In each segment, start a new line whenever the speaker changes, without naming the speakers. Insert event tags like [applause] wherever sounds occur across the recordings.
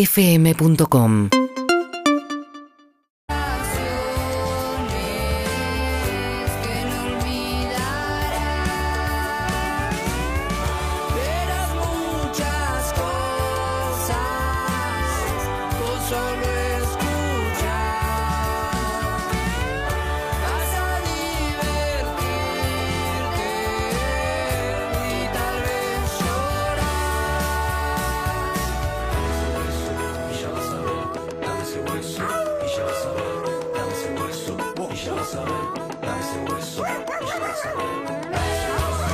urbanaplayfm.com
que no olvidarás. Verás muchas cosas con solo escuchar. Vas a divertirte y tal vez llorar.
y ya vas a ver, dame ese hueso, y ya vas a ver, dame ese hueso, y ya vas a ver, dame ese hueso, y ya vas a ver.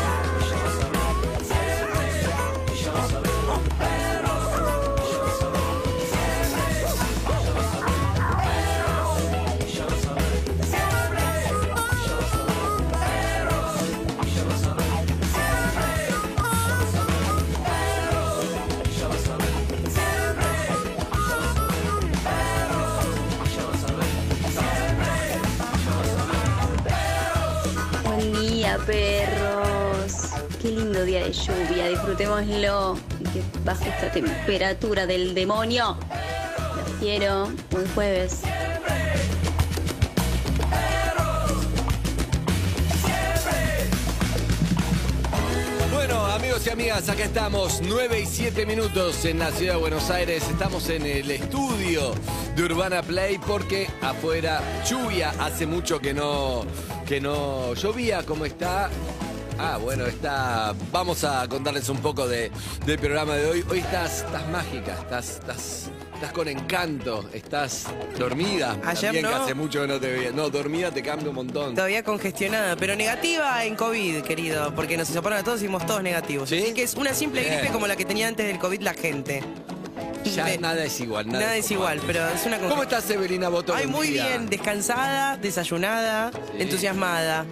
Buen día, perros. Qué lindo día de lluvia. Disfrutémoslo. Y Que baje esta temperatura del demonio. Los quiero. Buen jueves.
Bueno, amigos y amigas, acá estamos, 9 y 7 minutos en la ciudad de Buenos Aires. Estamos en el estudio de Urbana Play porque afuera lluvia, hace mucho que no, que no llovía, ¿cómo está? Ah, bueno, está. Vamos a contarles un poco de- del programa de hoy. Hoy estás, estás mágica, estás, estás, estás con encanto, estás dormida.
Ayer
También, que
no.
hace mucho que no te veía. No, dormida te cambia un montón.
Todavía congestionada, pero negativa en COVID, querido, porque nos separaron a todos y hicimos todos negativos.
¿Sí?
Así que es una simple
Bien.
gripe como la que tenía antes del COVID la gente.
Ya
De-
nada es igual, nada,
nada es
como
igual,
antes.
pero es una
¿Cómo
congestión.
estás, Evelina Botón?
Ay,
Buen
muy
día.
bien, descansada, desayunada,
Sí.
entusiasmada.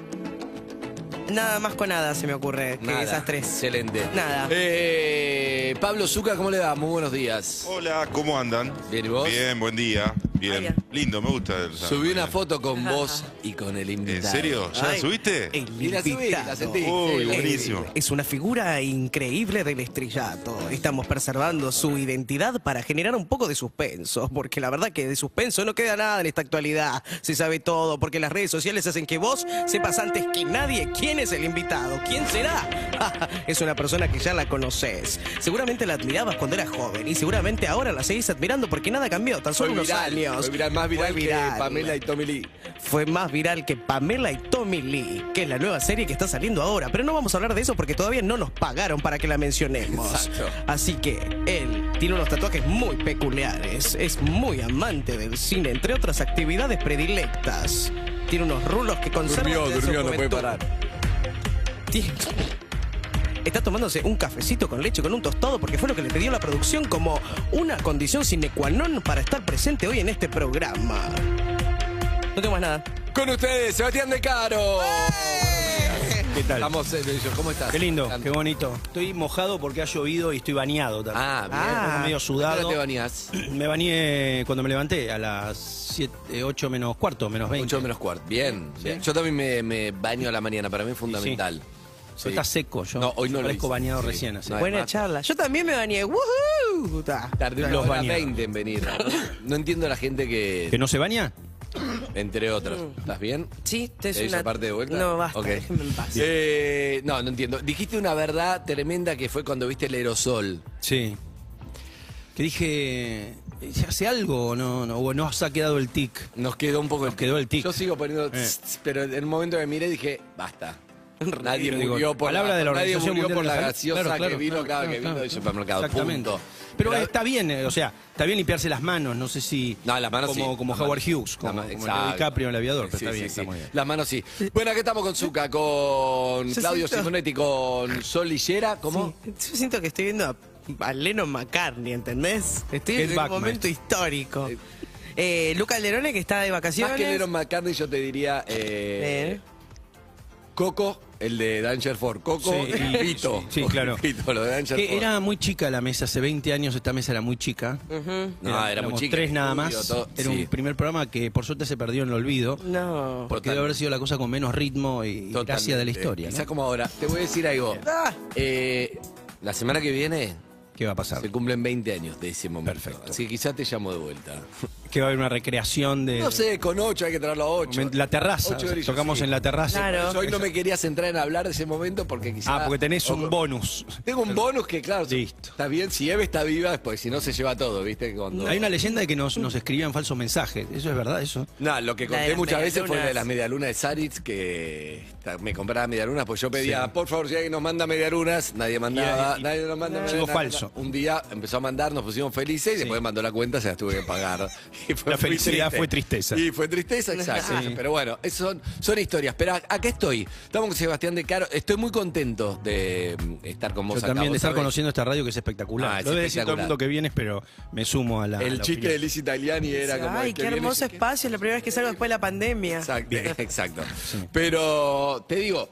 Nada más con nada se me ocurre que
Nada.
esas tres.
Excelente.
Nada.
Eh, Pablo Zuca, ¿cómo le va? Muy buenos días.
Hola, ¿cómo andan?
Bien, ¿y vos?
Bien, buen día. Bien.
Ah, bien.
Lindo, me gusta el
Subí una foto con vos y con el invitado.
¿En serio? ¿Ya la
Ay.
subiste?
El
Y la subí, la
invitado.
sentí.
Uy,
Sí, la
buenísimo.
Es una figura increíble del estrellato. Estamos preservando su identidad para generar un poco de suspenso, porque la verdad que de suspenso no queda nada en esta actualidad. Se sabe todo, porque las redes sociales hacen que vos sepas antes que nadie quién es el invitado, quién será. [laughs] es una persona que ya la conoces. Seguramente la admirabas cuando eras joven y seguramente ahora la seguís admirando porque nada cambió, tan
Fue
solo unos
viral,
años.
fue viral, más
Fue
viral,
viral.
que Pamela y Tommy Lee.
Fue más viral que Pamela y Tommy Lee, que es la nueva serie que está saliendo ahora. Pero no vamos a hablar de eso porque todavía no nos pagaron para que la mencionemos.
Exacto.
Así que él tiene unos tatuajes muy peculiares. Es muy amante del cine, entre otras actividades predilectas. Tiene unos rulos que conserva.
Durmió,
desde su
durmió, no puede
juventud.
parar.
Tiene- Está tomándose un cafecito con leche, con un tostado, porque fue lo que le pidió la producción como una condición sine qua non para estar presente hoy en este programa. No tengo más nada.
Con ustedes, Sebastián De Caro. ¿Qué tal? Estamos, eh, ¿Cómo estás?
Qué lindo,
Tanto.
qué bonito. Estoy mojado porque ha llovido y estoy bañado también.
Ah, bien.
Ah.
¿A
medio
qué hora
sudado.
te bañás?
Me bañé cuando me levanté a las 7, 8 menos cuarto, menos 20.
8 menos cuarto. Bien. bien. Yo también me, me baño a la mañana, para mí es fundamental.
Yo está seco, yo,
No, hoy no
yo
lo
parezco
hice.
bañado
Sí.
recién. así.
No,
Buena
además-
charla. Yo también me bañé. ¡Woohoo! Ta.
Tardé
Los
unos
bañados.
20 en venir.
[laughs]
¿no? No entiendo a la gente que,
¿Que Mm. no se baña?
Entre otros. ¿Estás bien?
Sí, te es
¿Te hizo
una...
parte de vuelta?
No, basta.
Ok.
déjenme en paz.
Eh, no, no entiendo. Dijiste una verdad tremenda que fue cuando viste el aerosol.
Sí. Que dije, ¿se hace algo o no, no, o no os ha quedado el tic?
Nos quedó un poco
Nos quedó el tic. Eh.
Yo sigo poniendo tss, tss, pero en el momento que miré dije,
[laughs]
basta. Nadie
Digo,
murió por
palabra
la,
de la
nadie
Organización
murió
Mundial
por
de
la
Salud.
gaseosa
Claro,
que
claro,
vino
claro,
cada que
claro,
vino del
claro.
supermercado.
Exactamente.
Punto.
Pero, está bien, eh, o sea, está bien limpiarse las manos, no sé si
No, las manos
como,
sí.
como
Las
Howard
manos.
Hughes,
Las
como,
manos,
como el
exacto.
DiCaprio en el aviador, pero
Sí,
está
sí,
bien,
sí.
está muy bien.
Las manos sí. Bueno, aquí estamos con Zuka, con
[laughs]
Yo
Claudio
siento-
Simonetti, con Sol Lillera. ¿Cómo?
Sí. Yo siento que estoy viendo a, a Lennon McCartney, ¿entendés? Estoy
Get
en
back,
un momento histórico. Eh, Luca Alderone, que está de vacaciones.
Más que Lennon McCartney, yo te diría eh,
Eh,
Coco, el de Dangerford. Coco
Sí,
y
y-
Vito.
sí, sí, claro.
Vito, lo de Dangerford.
Que era muy chica la mesa, hace 20 años esta mesa era muy chica.
No,
Era-
era muy
éramos
chica.
tres nada
estudio,
más.
todo-
Era
sí.
un primer programa que por suerte se perdió en el olvido.
No.
Porque
Total.
debe haber sido la cosa con menos ritmo y y
Totalmente.
gracia de la historia. ¿no?
Ah, Quizá como ahora. Te voy a decir algo.
Ah,
Eh, la semana que viene
¿Qué ¿Qué va a pasar?
Se cumplen 20 años de ese momento.
Perfecto.
Así que quizás te llamo de vuelta.
Que va a haber una recreación de
No sé, con 8 hay que traerlo a 8.
la terraza. Tocamos en la terraza.
Claro.
Hoy no me quería centrar en hablar de ese momento porque quizás.
Ah, porque tenés un bonus.
Tengo un bonus que, claro,
Listo.
está bien. Si Eve está viva, pues si no se lleva todo, ¿viste? Cuando...
Hay una leyenda de que nos, nos escribían falsos mensajes. ¿Eso es verdad? Eso.
No, lo que
La de
conté
las
muchas veces fue la de
medialunas.
las medialunas de Saritz, que ta- me compraba medialunas, pues yo pedía, por favor, si alguien nos manda medialunas, nadie mandaba,
Y- y-
nadie nos manda
Chivo
medialunas.
falso.
Un día empezó a mandar, nos pusimos felices y después mandó la cuenta, se las tuve que pagar. [laughs] Y fue
La
muy
felicidad fue tristeza.
Y fue tristeza, exacto.
Sí.
Pero bueno, esas son, son historias. Pero a- acá estoy. Estamos con Sebastián de Caro. Estoy muy contento de mm, estar con vos
Yo
acá,
también
vos
de estar
sabés.
conociendo esta radio que es espectacular.
Ah, es
Lo debe decir todo el
espectacular.
mundo que vienes, pero me sumo a la. a
El
la
chiste de
opinión.
Liz Italiani era como.
Ay,
el que
qué
viene-
hermoso espacio. Es la primera vez que salgo después de la pandemia.
Exacto, [laughs] exacto. Pero te digo,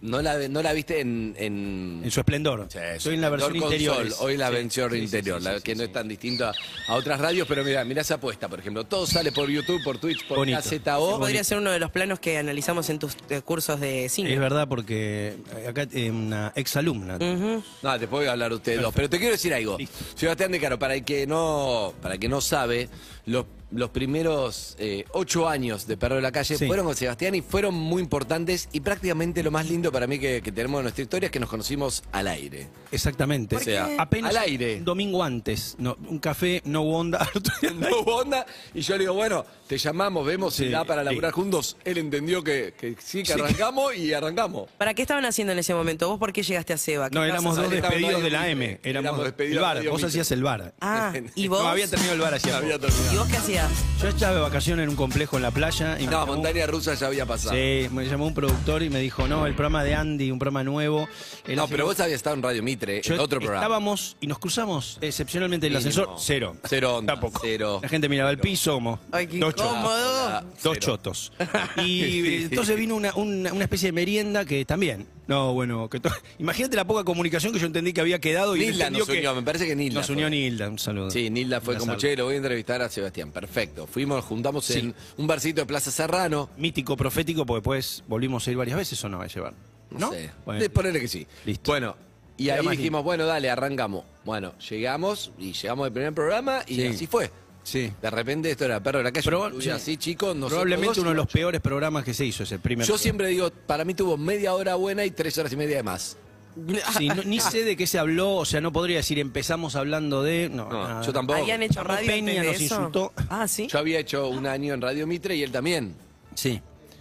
no la, no la viste en. en...
En su esplendor.
Sí,
Soy en la versión
Dolcon
interior.
Sol, hoy la
Sí,
versión
sí, sí,
interior,
sí,
la
sí,
que
sí,
no
sí.
es tan distinta a otras radios, pero mira, mirá esa apuesta, por ejemplo. Todo sale por YouTube, por Twitch, por
Bonito.
KZO.
Podría ser uno de los planos que analizamos en tus eh, cursos de cine.
Es verdad porque acá eh, una ex alumna.
No, Ah, te puedo hablar ustedes dos, pero te quiero decir algo. Sebastián de Caro, para el que no, para el que no sabe, los, los primeros eh, ocho años de Perro de la Calle
Sí.
fueron con Sebastián y fueron muy importantes y prácticamente lo más lindo para mí que, que tenemos en nuestra historia es que nos conocimos al aire.
Exactamente.
O sea,
apenas
al aire.
un domingo antes. No, un café, no hubo onda. [laughs]
[laughs] No hubo onda, y yo le digo, bueno, te llamamos, vemos si
Sí,
da para laburar
sí.
juntos. Él entendió que, que sí, que arrancamos y arrancamos.
¿Para qué estaban haciendo en ese momento? ¿Vos por qué llegaste a Seba? ¿Qué
No,
pasa?
éramos dos
Estábamos
despedidos
ahí,
de la M.
éramos
Éramos
despedidos
el bar.
medio
Vos
mito.
hacías el bar.
Ah,
[laughs]
¿y
No,
vos?
había terminado el bar hacía
Había
poco.
terminado.
¿Y vos qué hacías?
Yo estaba de vacaciones en un complejo en la playa. Y me
No,
llamó-
montaña rusa ya había pasado.
Sí, me llamó un productor y me dijo, no, el programa de Andy, un programa nuevo. Él
No,
hace-
pero vos habías estado en Radio Mitre,
Yo-
en otro programa.
Estábamos y nos cruzamos excepcionalmente el
Mínimo.
ascensor. Cero.
Cero onda,
Tampoco.
cero.
La gente miraba el piso, como
Ay, qué
dos chotos.
incómodo.
Hola,
Dos
cero.
chotos.
[laughs]
Y eh, entonces vino una, una- una especie de merienda que también. No, bueno, que to- [laughs] imagínate la poca comunicación que yo entendí que había quedado y él
Nilda
entendió
nos unió, me parece que Nilda
Nos unió
fue.
Nilda, un saludo.
Sí, Nilda fue
Nilda
como,
Sal.
che, lo voy a entrevistar a Sebastián. Perfecto. Fuimos, juntamos
Sí.
en un barcito de Plaza Serrano.
Mítico, profético, porque después volvimos a ir varias veces o no a llevar.
No,
¿No?
sé.
Bueno.
De- ponele que sí.
Listo.
Bueno, y
Era
ahí
más
dijimos, bueno, dale, arrancamos. Bueno, llegamos y llegamos al primer programa y
Sí.
así fue.
Sí.
De repente esto era perro de la calle.
Proba-
Uy,
sí.
así, chicos, nosotros dos
Probablemente
y
uno de los
ocho.
peores programas que se hizo, ese primer
Yo
programa.
siempre digo, para mí tuvo media hora buena y tres horas y media de más.
[laughs] Sí, no- ni sé de qué se habló, o sea, no podría decir empezamos hablando de. No,
No,
nada.
yo tampoco.
¿Habían hecho
Ramón
radio
Peña
antes de
nos
eso?
insultó.
Ah, ¿sí?
Yo había hecho un año en Radio Mitre y él también.
Sí.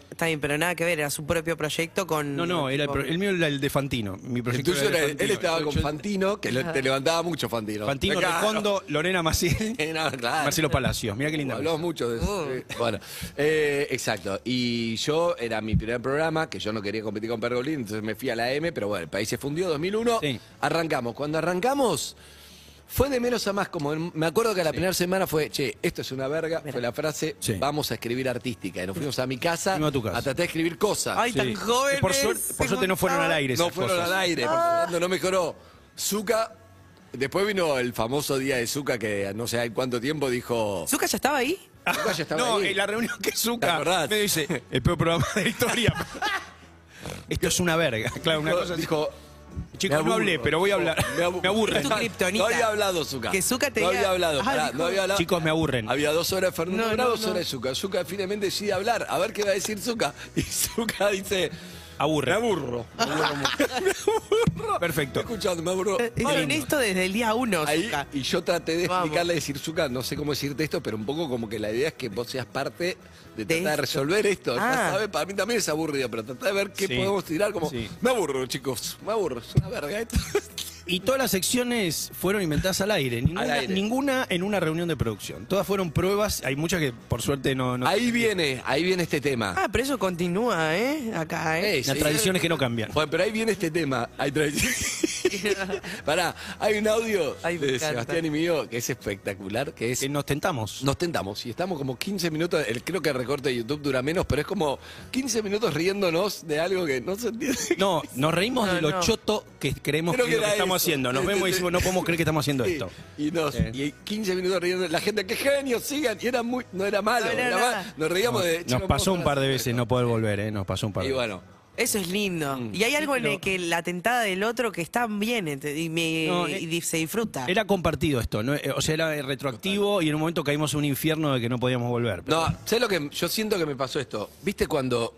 Está bien, pero nada que ver. Era su propio proyecto con...
No, no, era el, pro- el mío era el de Fantino. Mi
El
proyecto
tuyo era-
de
él
Fantino.
estaba con
Yo-
Fantino, que lo- te levantaba mucho Fantino.
Fantino
Acá,
Recondo, Lorena Maciel,
[laughs] Eh, [laughs] no, claro.
Marcelo Palacios. Mira qué linda.
Hablamos mucho de eso. sí. Bueno, eh, exacto. Y yo era mi primer programa, que yo no quería competir con Pergolín, entonces me fui a la M, pero bueno, el país se fundió 2001.
Sí.
Arrancamos. Cuando arrancamos, fue de menos a más. Como en- me acuerdo que la primera semana fue, che, esto es una verga, fue la frase,
Sí.
vamos a escribir artística. Y nos fuimos a mi casa,
Fuimos a tu casa.
tratar de escribir cosas.
Ay, tan jóvenes.
Por, suerte- por
se
suerte no fueron al
juntaban.
aire.
No
esas
fueron
cosas.
al aire, por suerte, no mejoró. Zuka, después vino el famoso día de Zuka que no sé en cuánto tiempo dijo.
¿Zuka ya estaba ahí?
Zuka ya estaba
[laughs] No,
ahí.
en la reunión que
¿Te
Zuka
acordás?
me dice, el peor programa de la [laughs] historia. Esto es una verga. Claro, una
Dijo-
cosa así.
dijo, me
Chicos, no
aburro.
hablé, pero voy a hablar.
Me aburro.
Me aburre.
Es tu kriptonita.
No había hablado Zuka.
Que Zuka te
No
diga-
había hablado,
Ah,
pará,
dijo-
no había hablado.
Chicos, me aburren.
Había dos horas de Fernando
No, no,
Bravo, dos
no.
horas de Zuka. Zuka finalmente decide hablar, a ver qué va a decir Zuka. [laughs] Y Zuka dice,
Aburre.
me
[laughs]
aburro. Me aburro mucho.
Perfecto.
Escuchando, me aburro.
Estaba en esto desde el día uno,
Ahí,
Zuka.
y yo traté de
Vamos.
explicarle, decir, Zuka, no sé cómo decirte esto, pero un poco como que la idea es que vos seas parte de tratar de,
esto.
resolver esto. Ya
Ah.
sabes, para mí también es aburrido, pero tratar de ver qué
Sí.
podemos tirar. Como,
Sí.
me aburro, chicos, me aburro, es una verga esto.
Y todas las secciones fueron inventadas al aire. Ninguna,
Al aire.
ninguna en una reunión de producción. Todas fueron pruebas. Hay muchas que, por suerte, no. no
ahí viene, ahí viene este tema.
Ah, pero eso continúa, ¿eh? Acá, ¿eh?
Eh,
las
sí.
tradiciones que no cambian.
Bueno, pero ahí viene este tema. Hay
[laughs]
tradiciones. Pará, hay un audio
Ay, me
de
encanta.
Sebastián y mío que es espectacular, que es
Que Eh, nos tentamos.
Nos tentamos y estamos como 15 minutos, el, creo que el recorte de YouTube dura menos, pero es como 15 minutos riéndonos de algo que no se entiende.
No, nos reímos
No,
de lo
no.
choto que creemos
Creo
que,
que
es lo que
era
estamos
eso.
haciendo. Nos
Sí,
vemos
sí,
y decimos,
sí.
no podemos creer que estamos haciendo
Sí,
esto.
Y nos, y 15 minutos riendo, la gente, qué genio, sigan. Y era muy, no era malo,
No era
era
nada.
mal. nos reíamos de. che,
Nos
no
pasó
podemos
un par de
hacer
veces
esto.
no poder volver, ¿eh? Nos pasó un par de
Y
veces.
bueno,
Eso es lindo. Y hay algo en el que la tentada del otro que está bien ente- y, me-
No,
y
eh,
di- se disfruta.
Era compartido esto, ¿no? Eh, o sea, era retroactivo y en un momento caímos en un infierno de que no podíamos volver.
No, ¿sabes lo que yo siento que me pasó esto? ¿Viste cuando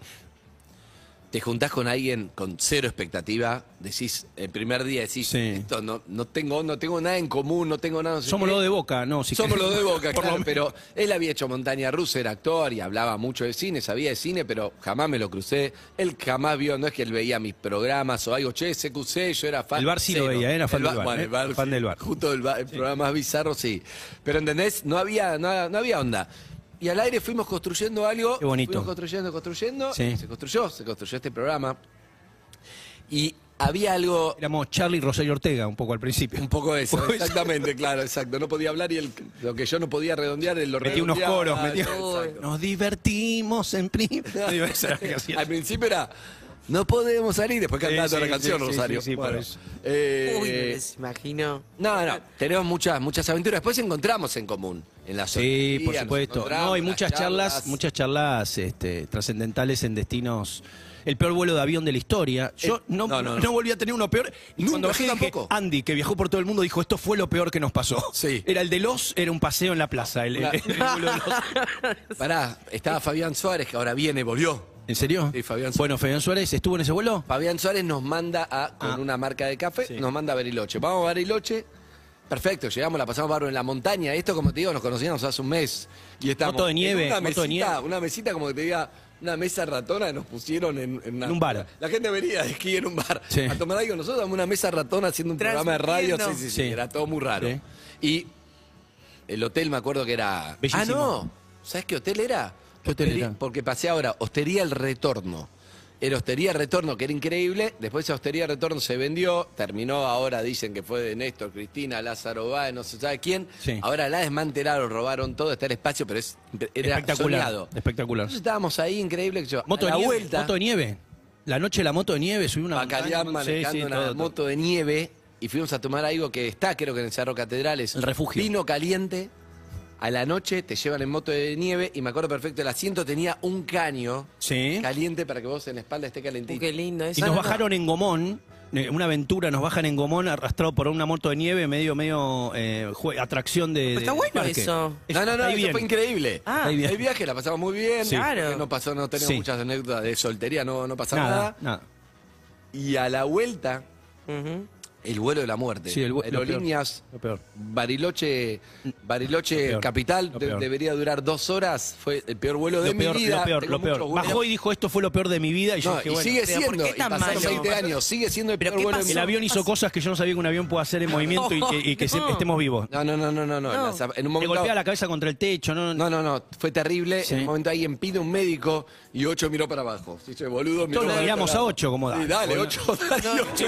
te juntás con alguien con cero expectativa? Decís, el primer día decís,
Sí.
esto no, no tengo, no tengo nada en común, no tengo nada. no sé
Somos
qué".
los de Boca, no, si
Somos
querés.
los de Boca,
Por lo
claro,
menos.
pero él había hecho montaña rusa, era actor y hablaba mucho de cine, sabía de cine, pero jamás me lo crucé. Él jamás vio, no es que él veía mis programas o algo, che, se crucé, yo era fan.
El bar sí lo
cero.
veía, era fan
El
del
bar-
bar,
bueno,
¿eh?
el bar,
Fan
sí,
del bar.
Justo el, bar, el programa más bizarro, sí. Pero ¿entendés? No había, no, no había onda. Y al aire fuimos construyendo algo.
Qué bonito.
Fuimos construyendo, construyendo.
Sí.
Se construyó, se construyó este programa. Y había algo
[laughs] Éramos Charlie y Rosario Ortega un poco al principio.
un
[laughs]
poco eso,
Pues
exactamente, claro, exacto. No podía hablar y el- lo que yo no podía redondear, él lo
Metí unos
redondeaba,
coros, metí-
yo,
[laughs]
exacto.
Nos divertimos en prim.
[laughs]
Eso era lo que hacía.
Al principio era, no podemos salir, después
Sí,
cantaba toda
sí,
la canción,
sí, sí,
Rosario.
sí, sí, por
Bueno,
eso.
eh,
Uy, me los imagino.
no, no, tenemos muchas, muchas aventuras. Después encontramos en común, en la
Sí,
soltería,
por
nos
supuesto.
encontramos,
No, hay
las
muchas charlas, muchas charlas este, trascendentales en destinos. El peor vuelo de avión de la historia. Yo
Eh,
no,
no, no, no.
no volví a tener uno peor. Y
Nunca,
cuando bajé
yo
dije,
tampoco.
Andy, que viajó por todo el mundo, dijo, esto fue lo peor que nos pasó.
Sí.
[laughs] Era el de los, era un paseo en la plaza. el- el- el
[laughs]
vuelo de los-
Pará, estaba Fabián Suárez, que ahora viene, volvió.
¿En serio?
Sí, Fabián Suárez.
Bueno, Fabián Suárez estuvo en ese vuelo.
Fabián Suárez nos manda a, con
Ah.
una marca de café, nos manda a Bariloche. Vamos a Bariloche. Perfecto, llegamos, la pasamos barro en la montaña. Esto, como te digo, nos conocíamos hace un mes. Y estamos
Moto de
en
nieve,
una
moto de
mesita,
nieve.
Una mesita, como que te diga, una mesa ratona que nos pusieron en, una-
En un bar.
La gente venía de esquí en un bar
Sí.
a tomar algo. Nosotros damos una mesa ratona haciendo un programa de radio. Sí, sí, sí,
Sí.
Era todo muy raro.
Sí.
Y el hotel, me acuerdo que era... Ah,
Bellísimo.
no. ¿Sabes qué hotel era?
¿Qué hotel
Hosteri-
era?
Porque pasé ahora, Hostería El Retorno. Era Hostería El Retorno, que era increíble. Después esa Hostería El Retorno se vendió, terminó ahora, dicen que fue de Néstor, Cristina, Lázaro Báez, no se sabe quién.
Sí.
Ahora la desmantelaron, robaron todo, está el espacio, pero es, era
Espectacular,
soñado.
espectacular.
Entonces estábamos ahí, increíble. Que yo,
Moto
a
de
la
nieve.
vuelta,
Moto de nieve. La noche de la moto de nieve, subí una
Bacallán
montaña. Sí,
manejando
sí,
una
todo, todo.
moto de nieve y fuimos a tomar algo que está, creo que en el Cerro Catedrales.
El refugio.
Vino caliente, a la noche te llevan en moto de nieve y me acuerdo perfecto, el asiento tenía un caño
Sí.
caliente para que vos en la espalda esté
Uh,
calentito.
qué lindo
Y
eso.
nos bajaron en Gomón, eh, una aventura, nos bajan en Gomón arrastrado por una moto de nieve, medio, medio eh, jue- atracción de.
Pero está
del
bueno
parque.
eso.
No, no, no,
está
eso
bien.
fue increíble.
Ah.
Está bien.
El viaje la pasamos muy bien.
Sí.
Claro.
porque No pasó, no tenemos
Sí.
muchas anécdotas de soltería, no, no pasó nada.
Nada, nada.
Y a la vuelta, el vuelo de la muerte.
Sí, el vu- lo peor,
Aerolíneas,
lo peor.
Bariloche, Bariloche
Lo peor,
Capital,
lo
de-
peor.
debería durar dos horas. Fue el peor vuelo de
Lo peor,
mi vida.
lo peor,
Tengo
lo peor.
muchos vuelos.
Bajó y dijo: Esto fue lo peor de mi vida. Y yo
No,
dije:
y
Bueno,
sigue
pero ¿por
siendo,
qué
y
tan
pasaron
malo?
20 años, sigue siendo el
¿Pero
peor
qué
vuelo de mi
pasó?
el avión hizo cosas que yo no sabía que un avión
[laughs]
puede hacer en movimiento y que, y que se-
No.
estemos vivos.
No, no, no, no, no, no.
No.
en la- En un
Le
momento.
golpea la cabeza contra el techo. No,
No,
no,
no, no, fue terrible.
Sí.
En un momento alguien pide un médico y ocho miró para abajo. Sí, che, boludo, miró
lo
para
miramos
otro lado.
a ocho, como
Sí,
dale,
dale,
boludo.
8, [laughs] dale, 8.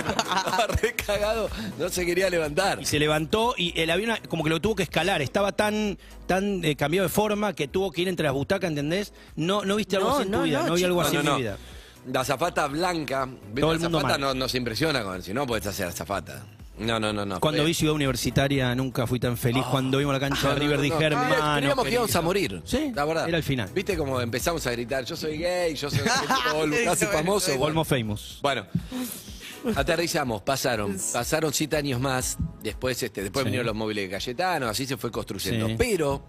Recagado, no se quería levantar.
Y se levantó y el avión como que lo tuvo que escalar. Estaba tan, tan eh, cambiado de forma que tuvo que ir entre las butacas, ¿entendés? No, no viste algo
No,
así en tu
no,
vida.
no,
No, vi algo
No,
así
no,
en
no.
mi vida.
La azafata blanca. ¿viste?
Todo
la
el mundo
azafata
mal.
no, nos impresiona con él, si no pues podés hacer azafata. No, no, no, no.
Cuando
fue-
vi Ciudad Universitaria nunca fui tan feliz. Cuando vimos la cancha de River dije,
Ah. No, no, no,
hermano.
Creíamos que íbamos a morir.
Sí,
la verdad.
era el final.
Viste como empezamos a gritar, yo soy gay, yo soy gay, casi famoso.
Olmo Famous.
Bueno, aterrizamos, pasaron, pasaron siete años más, después este, después
Sí.
vinieron los móviles de Cayetano, así se fue construyendo.
Sí.
Pero,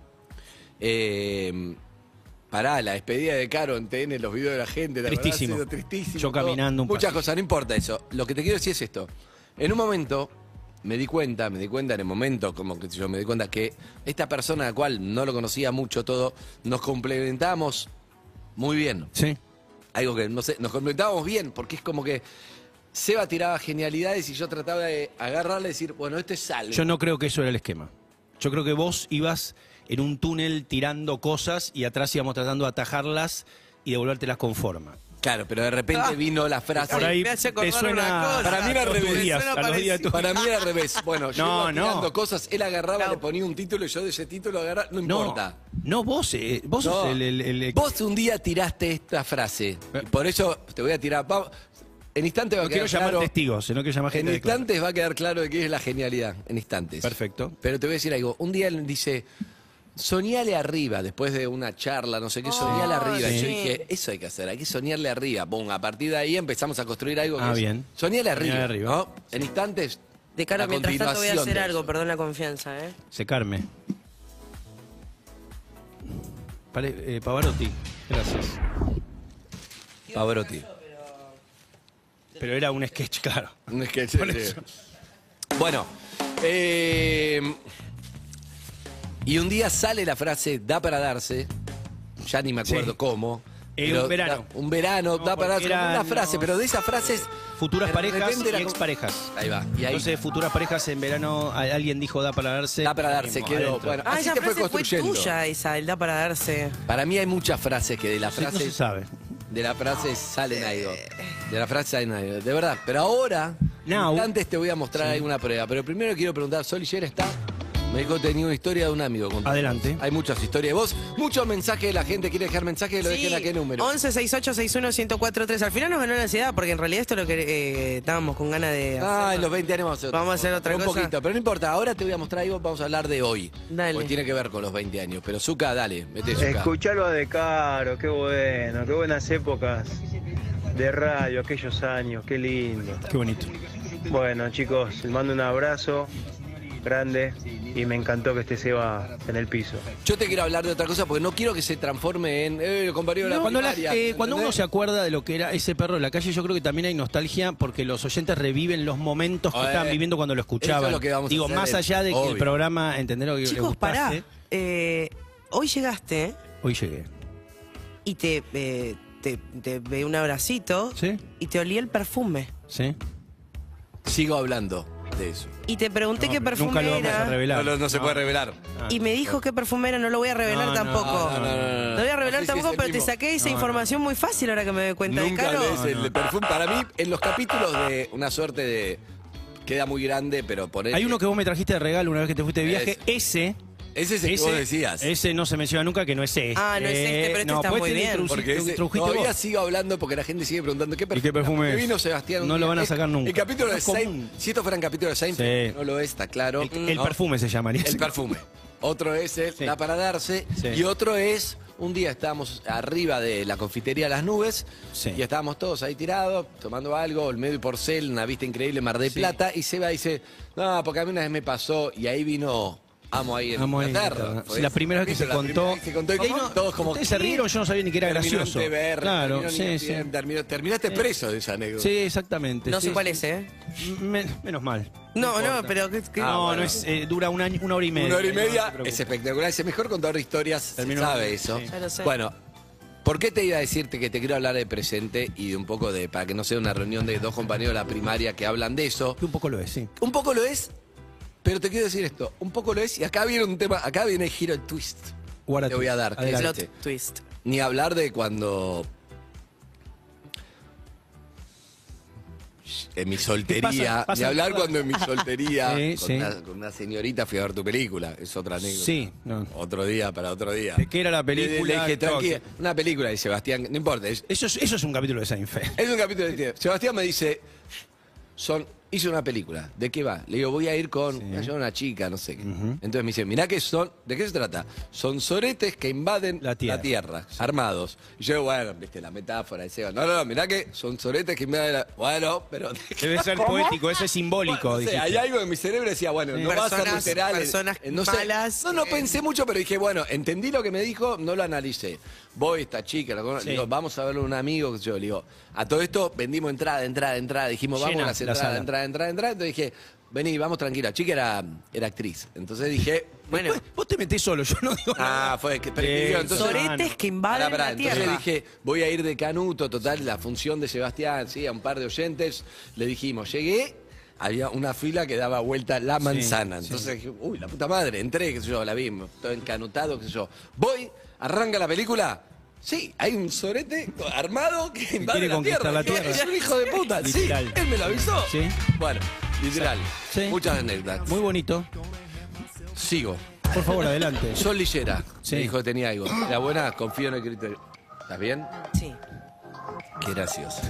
eh, pará, la despedida de Caro en TN, los videos de la gente, la
Tristísimo.
verdad, ha sido tristísimo.
Yo
todo.
caminando un
Muchas
pasillo.
cosas, no importa eso. Lo que te quiero decir es esto. En un momento me di cuenta, me di cuenta en el momento, como que yo me di cuenta que esta persona, a la cual no lo conocía mucho todo, nos complementamos muy bien
Sí.
algo que no sé, nos complementábamos bien, porque es como que Seba tiraba genialidades y yo trataba de agarrarle y decir, bueno, esto es algo.
Yo no creo que eso era el esquema. Yo creo que vos ibas en un túnel tirando cosas y atrás íbamos tratando de atajarlas y devolvértelas con forma.
Claro, pero de repente vino la frase.
Ah. Por ahí
me hace
te
acordar
suena
una cosa.
Para mí era
a
al
tus
revés.
días,
Suena
a los días de tu-
Para mí era al revés. Bueno, yo
No,
iba
no.
tirando cosas, él agarraba, le ponía un título y yo de ese título agarraba, no
No,
importa.
no vos, eh, vos
No.
sos el, el- el-
Vos un día tiraste esta frase. Y por eso te voy a tirar. vamos, en instante va a
No
quedar
quiero llamar
claro-
testigos, no quiero llamar gente.
En
de clase.
instantes va a quedar claro de qué es la genialidad. En instantes.
Perfecto.
Pero te voy a decir algo. Un día él dice, soñale arriba, después de una charla, no sé qué,
Oh,
soñale
Ah,
arriba. Y yo
sí.
dije, eso hay que hacer, hay que soñarle arriba. Boom, a partir de ahí empezamos a construir algo que
Ah,
es,
bien.
soñale arriba,
Soñale arriba.
¿no? En instantes,
De cara,
la
mientras tanto voy a
continuación
hacer
de
algo,
eso.
perdón la confianza, ¿eh?
Secarme. Pare- eh, Pavarotti, gracias.
Pavarotti.
Pero era un sketch, claro.
Un sketch, sí. Bueno, eh, y un día sale la frase, da para darse, ya ni me acuerdo
Sí.
cómo.
Eh,
pero
un verano.
da- un verano,
No,
da para darse.
porque eran
una frase,
los-
pero de esas frases.
Futuras
de
parejas
repente
y
era como-
exparejas.
Ahí va. Y ahí
Entonces, futuras parejas en verano, a- alguien dijo da para darse.
da para darse,
Mismo,
quedó.
adentro.
Bueno,
Ah,
así
esa
se fue
frase fue
construyendo.
tuya, esa, el da para darse.
Para mí hay muchas frases que de la
Sí, no
frase.
se sabe.
De la
Ah,
frase salen algo. De la frase salen algo. De verdad. Pero ahora,
Now.
antes te voy a mostrar alguna prueba. Pero primero quiero preguntar, Sol Yer está. Me dijo que tenía una historia de un amigo. Contá.
Adelante.
Hay muchas historias de vos. Muchos mensajes de la gente. ¿Quiere dejar mensajes? Lo dejen a qué número.
11 68 61 1043. Al final nos ganó la ansiedad porque en realidad esto es lo que eh, estábamos con ganas de
Ah,
hacer.
en los 20 años vamos a hacer
Vamos a hacer otra
Un
cosa.
poquito, pero no importa. Ahora te voy a mostrar algo. Vamos a hablar de hoy.
Dale.
Porque tiene que ver con los 20 años. Pero Zuka, dale. Mete Zuka.
Escuchalo de Caro, qué bueno, qué buenas épocas de radio, aquellos años, qué lindo.
Qué bonito.
Bueno, chicos, les mando un abrazo grande y me encantó que esté Seba en el piso.
Yo te quiero hablar de otra cosa porque no quiero que se transforme en. Eh, compañero de la
cuando, la-
primaria,
eh, cuando uno
¿entendés?
se acuerda de lo que era ese perro de la calle, yo creo que también hay nostalgia porque los oyentes reviven los momentos que
Eh,
estaban viviendo cuando lo escuchaban.
eso es lo que vamos a
Digo,
hacer
más
en-
allá de que
obvio.
el programa, entender lo que le
Chicos, pará.
gustaste,
Eh, hoy llegaste ¿eh?
Hoy llegué.
y te, eh, te, te ve un abracito
¿Sí?
y te olí el perfume.
¿Sí?
Sigo hablando de eso.
Y te pregunté qué
No,
perfume
nunca lo vamos a
era.
revelar. Ah.
No, lo- no se puede revelar.
Y me dijo qué perfume era, no lo voy a revelar
No, no,
tampoco.
no, no, no, no, no.
voy a
No
revelar
sé si
tampoco,
es el
pero te
mismo.
saqué esa
No, no.
información muy fácil ahora que me doy cuenta de
Nunca
caro.
lees el perfume. Para mí, en los capítulos de una suerte de. Queda muy grande, pero por este
Hay uno que vos me trajiste de regalo una vez que te fuiste de viaje. Ese.
Ese es el que vos decías.
Ese no se menciona nunca que no es este.
Ah, no es este, pero este
no,
está
pues
muy
este
bien.
lo introduciste-
porque ese,
lo introdujiste
todavía
vos.
sigo hablando porque la gente sigue preguntando qué perfume,
qué perfume
era?
es?
vino Sebastián. un
No lo
día?
van a
Eh,
sacar nunca.
El capítulo
No
de
es
Seinfeld.
común.
Si esto fueran capítulo de Seinfeld,
Sí.
no lo es, está claro. Mm.
El, el
No.
perfume se llamaría.
El perfume. Otro es el
Sí.
da para darse.
Sí.
Y otro es, un día estábamos arriba de la confitería Las Nubes
Sí.
y estábamos todos ahí tirados, tomando algo, el medio porcel, una vista increíble, Mar de
Sí.
Plata, y Seba dice, no, porque a mí una vez me pasó, y ahí vino Amo ahí en
Vamos a ir,
Inglaterra.
Inglaterra. La primera vez que se
pues. La primera
contó.
vez que se contó, y
Ahí no-
todos como...
ustedes se rieron, yo no sabía ni que era
Terminó en
gracioso.
TBR,
claro,
terminó
sí,
en E
sí.
ESPN, terminó- terminaste preso de esa anécdota.
Sí, exactamente.
No
sí,
sé cuál
sí.
es, ¿eh?
Me- menos mal.
No, no, pero. ¿qué- qué-
Ah,
no,
bueno.
no es, eh, dura un año, una hora y media.
Una hora y media
No te
es
preocupes.
espectacular. Es el mejor contador de historias. se
Terminó.
sabe eso.
Sí.
Ya lo sé.
Bueno, ¿por qué te iba a decirte que te quiero hablar de presente y de un poco de. para que no sea una reunión de dos compañeros de la primaria que hablan de eso?
Que un poco lo es, sí.
Un poco lo es, pero te quiero decir esto. Un poco lo es y acá viene un tema. acá viene el giro, el twist.
Guárdate.
Te voy a dar. que es
Adelante.
este.
Plot twist.
Ni hablar de cuando. En mi soltería.
Pasan-
ni
pasan
hablar
todas.
cuando en mi soltería.
[laughs] Sí,
con,
sí.
Una, con una señorita fui a ver tu película. Es otra anécdota.
Sí, no.
Otro día para otro día.
¿De qué era la película?
Le, le dije, tranqui,
No,
una película de Sebastián. No importa. Es,
Eso es, eso es un capítulo de Seinfeld.
[laughs] es un capítulo de tiempo. Sebastián me dice. Son, hice una película. ¿De qué va? Le digo, voy a ir con voy a llevar una chica, no sé qué. Entonces me dice, mirá que son. ¿De qué se trata? Son soretes que invaden
La tierra.
armados. Y yo, bueno, viste la metáfora de Seba. No, no, no, mirá que son soretes que invaden la. Bueno, pero. [laughs]
Debe ser poético, eso es simbólico.
Bueno, no sé,
dijiste.
hay algo en mi cerebro decía, bueno, no va a ser
Personas-
literal. en-
personas
en- no sé.
malas,
No, no
eh.
pensé mucho, pero dije, bueno, entendí lo que me dijo, no lo analicé. Voy, esta chica, la conozco,
Sí.
le digo, vamos a verlo a un amigo. qué sé Yo le digo, a todo esto vendimos entrada, entrada, entrada. Dijimos, vamos
Llena
a las
la
entradas,
sala.
entrada, entrada, entrada. Entonces dije, vení, vamos tranquila. La chica era, era actriz. Entonces dije, bueno.
Vos- Vos te metés solo, yo no digo
[laughs]
nada.
Ah, fue que pero que
Eh,
digo, entonces-
Soretes que invaden
Pará, pará,
la
entonces le
tierra.
dije, voy a ir de canuto, total, la función de Sebastián, sí, a un par de oyentes. Le dijimos, llegué, había una fila que daba vuelta la manzana. entonces dije, uy, la puta madre, entré, qué sé yo, la vi, todo encanutado, qué sé yo. Voy, arranca la película. Sí, hay un sorete armado que invade
quiere
la
conquistar
tierra.
la
Digo,
tierra.
Es un hijo de puta. sí,
Literal.
él me lo avisó.
Sí.
Bueno, literal.
Sí.
Muchas anécdotas.
Muy bonito.
Sigo.
Por favor, adelante.
Sol Lillera.
Sí.
Me dijo que tenía algo. La buena, confío en el criterio. ¿Estás bien?
Sí.
Qué gracioso.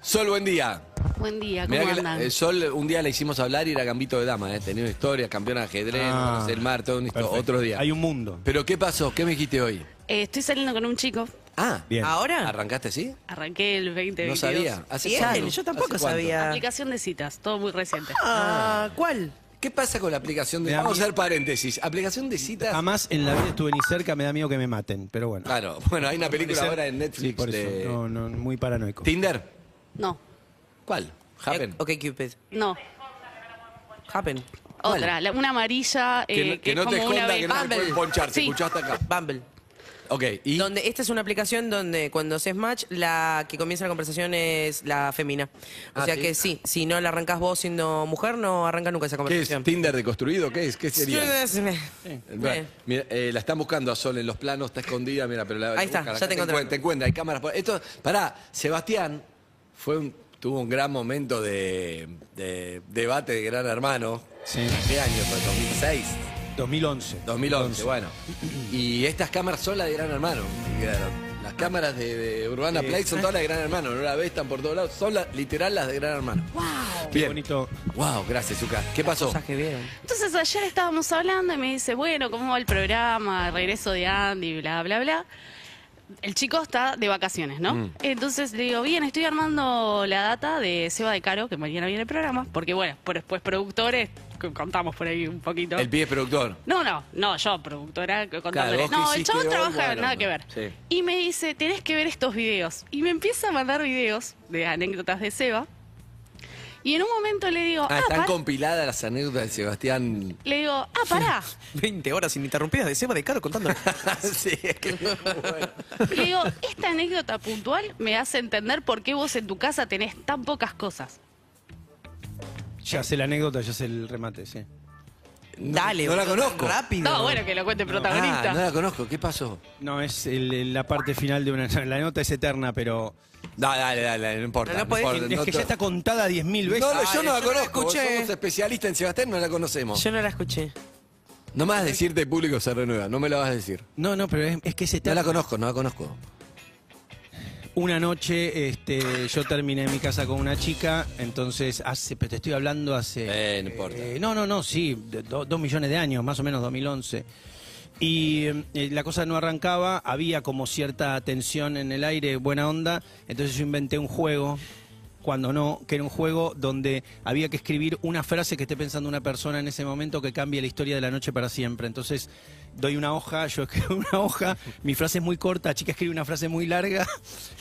Sol, buen día.
Buen día,
Mirá
¿cómo
que la-
andan?
el Sol un día la hicimos hablar y era gambito de dama, ¿eh? tenía una historia, campeona de ajedrez,
Ah,
no sé, el mar, todo un histo-
perfecto.
otro día.
Hay un mundo.
Pero ¿qué pasó? ¿Qué me dijiste hoy?
Eh, estoy saliendo con un chico.
Ah,
Bien.
¿Ahora?
¿arrancaste así?
Arranqué el 20
No sabía. ¿Hace
Bien,
cuándo?
yo tampoco
¿Hace cuándo?
sabía.
Aplicación de citas, todo muy reciente.
Ah, ¿Cuál?
¿Qué pasa con la aplicación de
Me da
Vamos a
miedo.
hacer paréntesis. Aplicación de citas.
Jamás en la vida estuve ni cerca, me da miedo que me maten, pero bueno.
Claro, bueno, Ah, hay una película ahora en Netflix
Sí, por eso.
de
No, no, muy paranoico.
Tinder.
No,
¿Cuál? Happen.
Eh, Ok, Cupid.
no.
Happen.
¿Cuál?
Otra, la- una amarilla eh,
que, no-
que,
que
es
no te
como una
esconda,
vez.
que no te
Bumble.
pueden ponchar.
Sí.
Te escuchaste acá.
Bumble.
Ok, y.
Donde, esta es una aplicación donde cuando haces match, la que comienza la conversación es la femina. O
Ah,
sea
¿sí?
que sí, si no la arrancas vos siendo mujer, no arranca nunca esa
¿Qué es?
conversación.
¿Tinder deconstruido? ¿Qué es? ¿Qué sería? Bueno,
Eh.
mira, eh, la están buscando a Sol en los planos, está escondida, mira, pero la
Ahí está,
búscala,
ya te encontré.
encuent- Te encuentra, hay cámaras. por- Esto, pará, Sebastián fue un- tuvo un gran momento de, de debate de Gran Hermano.
Sí.
¿Qué año fue? 2006,
2011.
2011, bueno. Y estas cámaras son las de Gran Hermano. que quedaron. Las cámaras de, de Urbana Play son todas las de Gran Hermano, no la ves tan por todos lados, son las- literal las de Gran Hermano. ¡Wow!
Qué
Bien.
bonito.
¡Wow! Gracias, Zucca. ¿Qué pasó?
Cosas que vieron.
Entonces ayer estábamos hablando y me dice, bueno, ¿cómo va el programa? Regreso de Andy, bla, bla, bla. El chico está de vacaciones, ¿no? Entonces le digo, bien, estoy armando la data de Seba de Caro, que mañana viene el programa, porque bueno, por después productores, c- contamos por ahí un poquito.
El pie es productor.
No, no, no, yo, productora, que contándole.
vos que
no, el
hiciste
chabón
hoy,
trabaja,
bueno,
nada que ver.
sí.
Y me dice, tenés que ver estos videos. Y me empieza a mandar videos de anécdotas de Seba. Y en un momento le digo,
Ah,
ah,
están
pará.
compiladas las anécdotas de Sebastián.
Le digo, ah, pará.
20 horas ininterrumpidas de Seba de Caro contando.
[laughs] sí, es que es muy bueno.
Le digo, esta anécdota puntual me hace entender por qué vos en tu casa tenés tan pocas cosas.
Ya sé la anécdota, ya sé el remate, sí.
Dale,
no la
boludo, tan
conozco.
Rápido.
No, bueno, que lo cuente el
Ah, no
protagonista.
la conozco. ¿Qué pasó?
No, es el- el- la parte final de una... [laughs] La nota es eterna, pero...
No, dale, dale, no importa.
No, no podés-
importa,
Es que
te-
ya está contada 10.000 veces.
No, no, yo no
Dale,
la
yo no la
conozco.
escuché.
Somos especialistas en Sebastián, no la conocemos.
[laughs] Yo no la escuché.
Nomás decirte público se renueva, no me lo vas a decir.
No, no, pero es, es que es
No
eterna.
la conozco, no la conozco.
Una noche este, yo terminé en mi casa con una chica, entonces hace, pero te estoy hablando hace...
Eh, no importa.
no, no, no, sí, de- do- dos millones de años, más o menos 2011. Y eh, la cosa no arrancaba, había como cierta tensión en el aire, buena onda, entonces yo inventé un juego, cuando no, que era un juego donde había que escribir una frase que esté pensando una persona en ese momento que cambie la historia de la noche para siempre. Entonces doy una hoja, yo [laughs] escribo una hoja, mi frase es muy corta, la chica escribe una frase muy larga,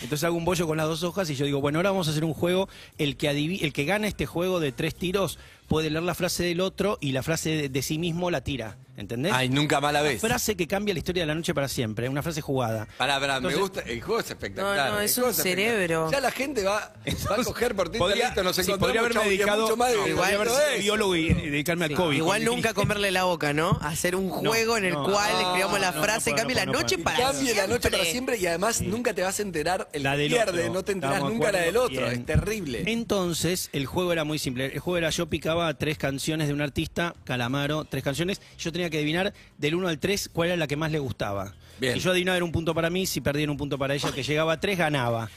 entonces hago un bollo con las dos hojas y yo digo, bueno, ahora vamos a hacer un juego, el que, adivi- el que gana este juego de tres tiros puede leer la frase del otro y la frase de, de sí mismo la tira, ¿entendés?
Ay, nunca más la
Una
ves.
frase que cambia la historia de la noche para siempre, una frase jugada.
Pará, pará, me
Entonces-
gusta. El juego es espectacular.
No, no,
el
es
juego
un
espectacular.
cerebro.
Ya la gente va, va a coger por ti.
Podría-
listo, nos
sí,
encontramos,
podría haberme
chau, y es
dedicado,
mucho más ¿eh? de-
podría haber
no
sido
es.
biólogo y y dedicarme al COVID.
Igual
con mi
nunca comerle la boca, ¿no? Hacer un juego en el
no.
cual escribamos la
no, no
frase,
puedo,
cambie
no
la
puedo, no
noche
puedo.
para
Cambie la noche para
siempre.
siempre y además nunca te vas a enterar el
la
que
del
pierde,
otro.
no te enterás
Estamos de
nunca la del
acuerdo.
otro,
Bien.
es terrible.
Entonces, el juego era muy simple. El juego era yo picaba tres canciones de un artista, Calamaro, tres canciones. Yo tenía que adivinar del 1 al 3 cuál era la que más le gustaba.
Bien.
Si yo adivinaba era un punto para mí, si perdía era un punto para ella, que llegaba a 3 ganaba.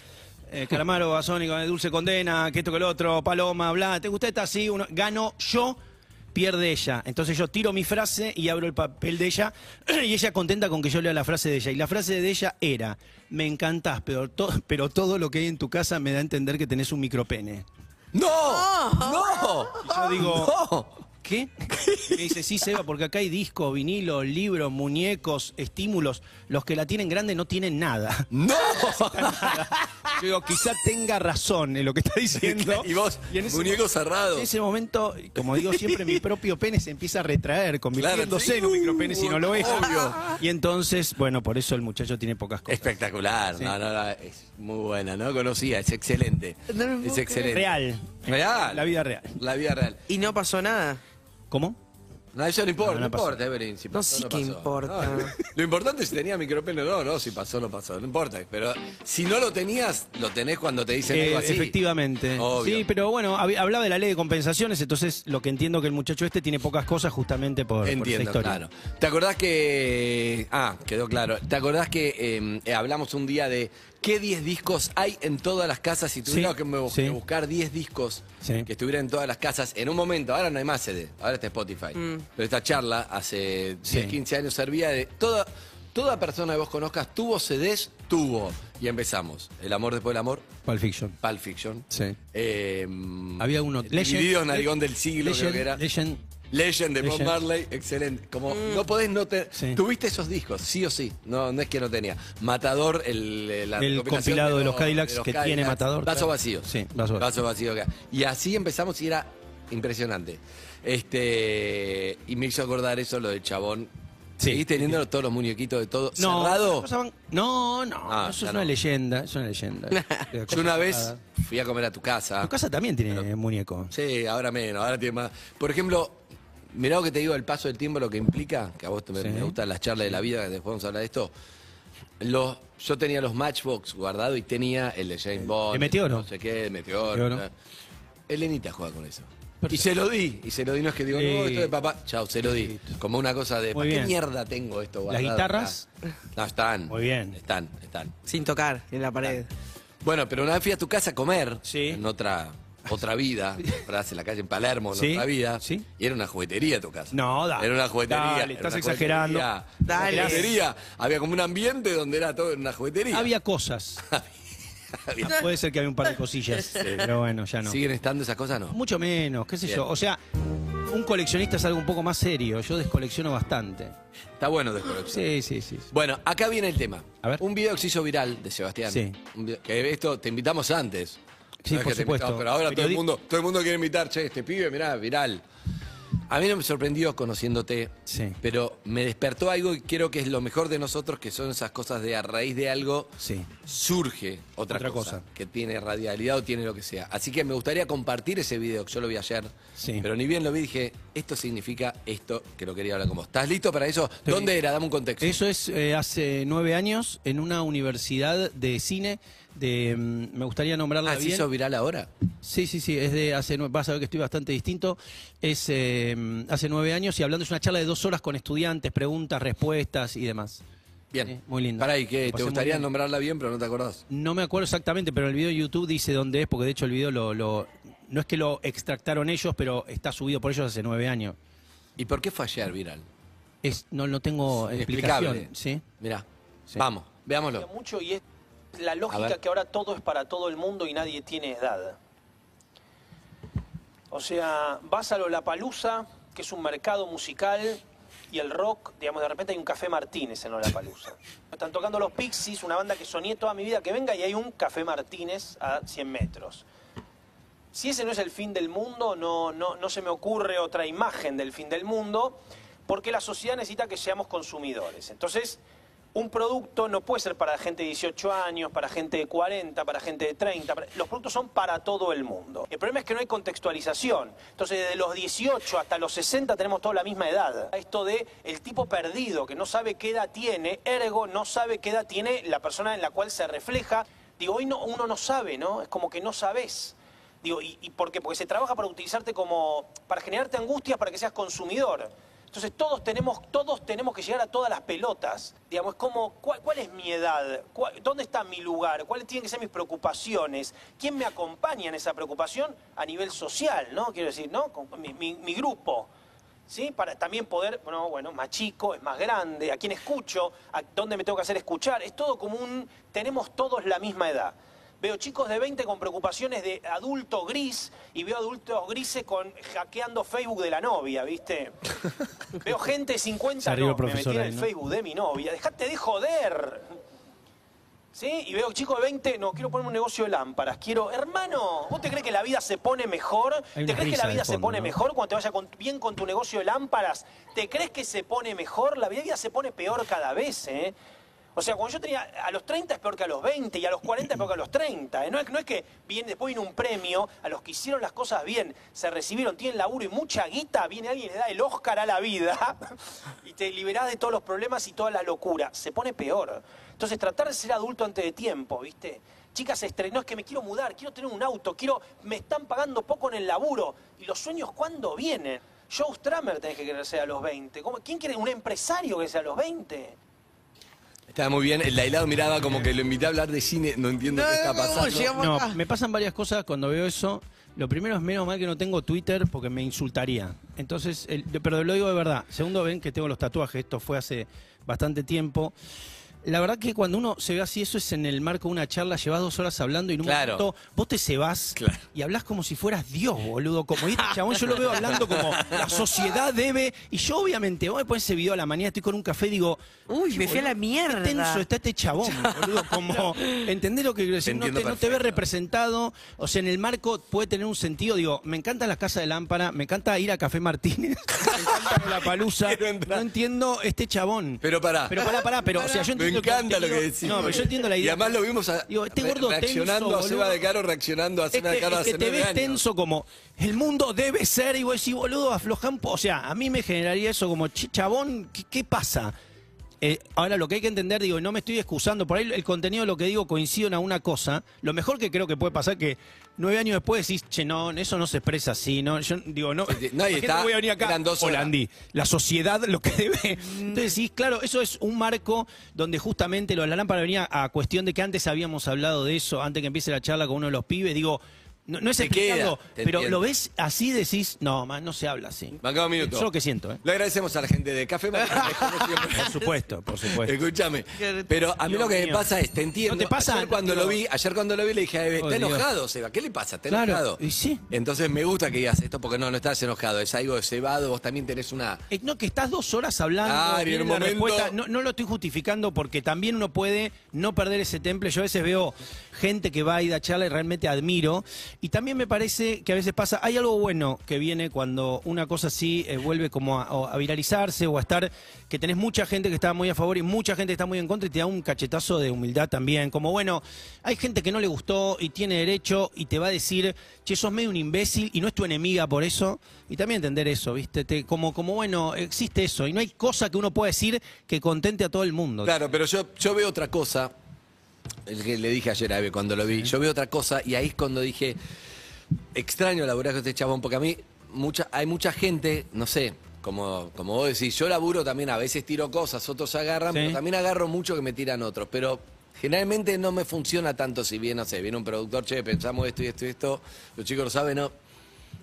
Eh, Calamaro, Basónico, eh, Dulce Condena, que esto que el otro, Paloma, bla, ¿te gusta esta? Sí, uno, gano yo, pierde ella. Entonces yo tiro mi frase y abro el papel de ella [clears throat] y ella contenta con que yo lea la frase de ella. Y la frase de ella era, me encantás, pero, to- pero todo lo que hay en tu casa me da a entender que tenés un micropene.
¡No! ¡No!
Yo digo,
¡No!
¿Qué? Y Me dice, sí, Seba, porque acá hay disco, vinilo, libros, muñecos, estímulos. Los que la tienen grande no tienen nada.
¡No!
[laughs] Yo digo, quizá tenga razón en lo que está diciendo.
[laughs] Y vos,
Y en ese
muñeco cerrado.
En ese momento, como digo siempre, mi propio pene se empieza a retraer, convirtiéndose
Claro, sí.
en un micropene si no lo es.
Obvio.
Y entonces, bueno, por eso el muchacho tiene pocas cosas.
Espectacular, no, no, no, es muy buena, no conocía, es excelente. es excelente.
Real.
Real.
La vida real.
La vida real.
Y no pasó nada.
¿Cómo?
No, eso no importa,
No,
no,
no pasó.
importa, Evelyn. si
No,
pasó,
sí que
pasó.
importa.
No, lo importante es si tenía micropene o no, no, si pasó, no pasó, no importa. Pero si no lo tenías, lo tenés cuando te dicen
Eh,
algo así.
efectivamente.
Obvio.
Sí, pero bueno, hab- hablaba de la ley de compensaciones, entonces lo que entiendo que el muchacho este tiene pocas cosas justamente por, por esa
Entiendo,
historia.
claro. ¿Te acordás que. Ah, quedó claro. ¿Te acordás que eh, eh, hablamos un día de ¿Qué 10 discos hay en todas las casas? Si tuviera
Sí,
que me bu-
sí.
buscar 10 discos
Sí.
que estuvieran en todas las casas en un momento, ahora no hay más CD, ahora está Spotify. Pero esta charla hace 10,
Sí.
15 años servía de. Toda, toda persona que vos conozcas tuvo CDs, tuvo. Y empezamos. El amor después del amor,
Pulp Fiction.
Pulp Fiction.
Sí.
Eh,
Había uno.
Dividido narigón del siglo, creo
Legend,
que era.
Legend.
Legend de Bob
Legend.
Marley, excelente. Como no podés no tener.
Sí.
Tuviste esos discos, sí o sí. No, no es que no tenía. Matador, el, eh, la
El
recopilación
compilado de los Cadillacs que tiene Matador,
Vaso
claro.
vacío.
Sí, vaso vacío.
vacío. acá. Y así empezamos y era impresionante. Este y me hizo acordar eso lo del chabón.
Sí.
¿Seguís teniendo todos los muñequitos de todo
No,
cerrado?
una cosa van- no, no,
Ah,
eso
ya
es una
no.
leyenda, es una leyenda.
[laughs] Yo una vez fui a comer a tu casa.
Tu casa también tiene muñeco.
Sí, ahora menos, ahora tiene más. Por ejemplo, mirá lo que te digo, el paso del tiempo, lo que implica, que a vos te, me-
Sí.
me gustan las charlas de la vida, que después vamos a hablar de esto. Los, yo tenía los Matchbox guardados y tenía el de James Bond.
de Meteoro.
No sé qué, el Meteoro.
Meteoro.
¿verdad? Elenita juega con eso. Y
Perfecto.
se lo di, y se lo di, no es que digo, no,
Sí.
esto de papá, chao, se lo di. Como una cosa de,
Muy
¿para qué
bien.
mierda tengo esto guardado?
guitarras?
acá? No, están.
Muy bien.
Están, están.
Sin tocar en la pared.
Bueno, pero una vez fui a tu casa a comer
Sí.
en otra otra
[laughs]
vida, frase en la calle en Palermo, en
Sí,
otra vida,
sí.
y era una juguetería tu casa.
No, dale.
Era una juguetería.
Dale,
era
estás
una
exagerando.
juguetería,
Dale.
Una juguetería. Había como un ambiente donde era todo en una juguetería.
Había cosas.
[laughs] Había-
Puede ser que había un par de cosillas, pero bueno, ya no.
¿Siguen estando esas cosas? No.
Mucho menos, qué sé
Bien.
yo. O sea, un coleccionista es algo un poco más serio. Yo descolecciono bastante.
Está bueno después.
Sí, sí, sí. sí.
Bueno, acá viene el tema.
A ver.
Un video que se hizo viral de Sebastián.
Sí.
Un video- que esto te invitamos antes.
Sí,
No es
por
que te
supuesto.
invitamos, Pero ahora todo el,
Periodi-
mundo, todo el mundo quiere invitar, che, este pibe, mirá, viral. A mí no me sorprendió conociéndote,
Sí.
pero me despertó algo y creo que es lo mejor de nosotros, que son esas cosas de a raíz de algo
Sí.
surge otra,
Otra
cosa,
cosa.
que tiene radialidad o tiene lo que sea. Así que me gustaría compartir ese video, que yo lo vi ayer,
Sí.
pero ni bien lo vi dije, esto significa esto, que lo quería hablar con vos. ¿Estás listo para eso? ¿Dónde era? Dame un contexto.
Eso es eh, hace nueve años en una universidad de cine. De, mm, me gustaría nombrarla
Ah, ¿se
bien.
hizo viral ahora?
Sí, sí, sí, es de hace, nue- vas a ver que estoy bastante distinto, es eh, hace nueve años y hablando es una charla de dos horas con estudiantes, preguntas, respuestas y demás.
Bien.
Sí, muy lindo.
Para ahí, que
Lo
te
pasé muy
gustaría
bien.
nombrarla bien, pero no te acordás.
No me acuerdo exactamente, pero el video de YouTube dice dónde es, porque de hecho el video lo, lo- no es que lo extractaron ellos, pero está subido por ellos hace nueve años.
¿Y por qué fue ayer viral?
Es, no, no tengo
Explicable.
explicación, ¿sí?
Mirá. Vamos, veámoslo.
mucho y es la
A
lógica
ver.
que ahora todo es para todo el mundo y nadie tiene edad. O sea, vas a Lollapalooza, que es un mercado musical y el rock, digamos, de repente hay un Café Martínez en Lollapalooza. Están tocando los Pixies, una banda que soñé toda mi vida que venga y hay un Café Martínez a 100 metros. Si ese no es el fin del mundo, no, no, no se me ocurre otra imagen del fin del mundo, porque la sociedad necesita que seamos consumidores. Entonces, un producto no puede ser para gente de 18 años, para gente de 40, para gente de 30. para- Los productos son para todo el mundo. El problema es que no hay contextualización. Entonces, desde los 18 hasta los 60 tenemos toda la misma edad. Esto de el tipo perdido, que no sabe qué edad tiene, ergo, no sabe qué edad tiene la persona en la cual se refleja. Digo, hoy no, uno no sabe, ¿no? Es como que no sabes. Digo, ¿y, y por qué? Porque se trabaja para utilizarte como. para generarte angustias para que seas consumidor. Entonces todos tenemos, todos tenemos que llegar a todas las pelotas. Digamos, es como, ¿cuál, cuál es mi edad? ¿Cuál- ¿Dónde está mi lugar? ¿Cuáles tienen que ser mis preocupaciones? ¿Quién me acompaña en esa preocupación a nivel social, no? Quiero decir, ¿no? Con- con mi- mi- mi grupo. ¿sí? Para también poder, bueno, bueno, más chico, es más grande, a quién escucho, a dónde me tengo que hacer escuchar. Es todo como un, tenemos todos la misma edad. Veo chicos de 20 con preocupaciones de adulto gris y veo adultos grises con hackeando Facebook de la novia,
[laughs]
¿viste? veo gente de 50
Se arriba
no,
el
me metí
profesor
en
ahí,
el
¿no?
Facebook de mi novia. Dejate de joder. ¿Sí? Y veo chicos de 20, no, quiero poner un negocio de lámparas, quiero, hermano, ¿vos te crees que la vida se pone mejor?
Hay
¿Te
una
crees que
risa
la
de
vida se
fondo,
pone
¿no?
mejor cuando te vaya con- bien con tu negocio de lámparas? ¿Te crees que se pone mejor? La vida se pone peor cada vez, ¿eh? O sea, cuando yo tenía a los 30 es peor que a los 20 y a los 40 es peor que a los 30. ¿eh? No, es, no es que viene, después viene un premio a los que hicieron las cosas bien, se recibieron, tienen laburo y mucha guita, viene alguien y le da el Oscar a la vida [laughs] y te liberás de todos los problemas y toda la locura. Se pone peor. Entonces tratar de ser adulto antes de tiempo, ¿viste? Chicas, estrenó, es que me quiero mudar, quiero tener un auto, quiero, me están pagando poco en el laburo. ¿Y los sueños cuándo vienen? Joe Stramer tenés que querer ser a los 20. ¿Cómo- ¿Quién quiere un empresario que sea a los 20?
Estaba muy bien. El de Ailado miraba como que lo invité a hablar de cine. No entiendo qué está pasando.
No, me pasan varias cosas cuando veo eso. Lo primero es menos mal que no tengo Twitter porque me insultaría. Entonces, el- pero lo digo de verdad. Segundo, ven que tengo los tatuajes. Esto fue hace bastante tiempo. La verdad que cuando uno se ve así, eso es en el marco de una charla, llevas dos horas hablando y en un
Claro.
momento vos te cebás
Claro.
y hablas como si fueras Dios, boludo. Como este chabón, yo lo veo hablando como la sociedad debe. Y yo obviamente, vos me pones ese video a la mañana, estoy con un café y digo,
Uy, me fui a la mierda.
Qué tenso está este chabón, boludo. Como, ¿Entendés lo que quiero decir? No te,
entiendo
no te ve
perfecto.
representado. O sea, en el marco puede tener un sentido. Digo, me encanta las casas de lámpara, me encanta ir a Café Martínez, [laughs] me encanta la palusa.
Quiero entrar.
No entiendo este chabón.
Pero pará.
Pero pará, pará, pero, o sea, yo
me
entiendo. el
encanta lo que
contenido.
decís.
No, pero yo entiendo la idea.
Y además lo vimos a-
Digo, este
re-
gordo
reaccionando
tenso,
a Seba
boludo.
de Caro, reaccionando a
Es que,
Seba de Caro
es que
hace
te
nueve
ves
años.
tenso como el mundo debe ser y vos decís, boludo, aflojan. O sea, a mí me generaría eso como, "Che, chabón, ¿qué, qué pasa? Eh, ahora, lo que hay que entender, digo, y no me estoy excusando, por ahí el contenido de lo que digo coincido en alguna cosa. Lo mejor que creo que puede pasar que nueve años después decís, che, no, eso no se expresa así, no, yo digo, no,
Nadie
¿para qué
está,
no voy a venir acá.
eran dos
Hola,
horas.
Andy, la sociedad lo que debe. Entonces decís, claro, eso es un marco donde justamente lo de la lámpara venía a cuestión de que antes habíamos hablado de eso, antes que empiece la charla con uno de los pibes, digo, no, no es
Te
explicarlo,
queda, te
pero
entiendo.
lo ves así, decís, no, más no se habla así.
Bancame un minuto.
Eso es lo que siento, ¿eh?
Le agradecemos a la gente de Café Martínez, como siempre.
[laughs] Por supuesto, por supuesto.
Escúchame, pero a mí
Dios
lo que me
mío.
pasa es, te entiendo.
¿No te pasa?
Ayer cuando lo vi, ayer cuando lo vi le dije, a Eve,
Oh,
está
Dios.
enojado, Seba. ¿Qué le pasa? Está
Claro,
enojado.
y sí.
Entonces me gusta que digas esto porque no, no estás enojado, es algo de cebado, vos también tenés una.
Eh, No, que estás dos horas hablando,
Ah, y en
viene
un
la
momento-
respuesta. No, no lo estoy justificando porque también uno puede no perder ese temple. Yo a veces veo gente que va a ir a charla y realmente admiro. Y también me parece que a veces pasa, hay algo bueno que viene cuando una cosa así eh, vuelve como a, o a viralizarse o a estar, que tenés mucha gente que está muy a favor y mucha gente que está muy en contra y te da un cachetazo de humildad también. Como bueno, hay gente que no le gustó y tiene derecho y te va a decir, che, sos medio un imbécil y no es tu enemiga por eso. Y también entender eso, ¿viste? Te- como, como, bueno, existe eso. Y no hay cosa que uno pueda decir que contente a todo el mundo.
Claro, pero yo, yo veo otra cosa. El que le dije ayer a Eve cuando lo vi. Yo veo otra cosa y ahí es cuando dije, extraño laburar con este chabón, porque a mí mucha, hay mucha gente, no sé, como, como vos decís, yo laburo también, a veces tiro cosas, otros agarran,
Sí.
pero también agarro mucho que me tiran otros. Pero generalmente no me funciona tanto si bien, no sé, viene un productor, che, pensamos esto y esto y esto, los chicos lo saben, no.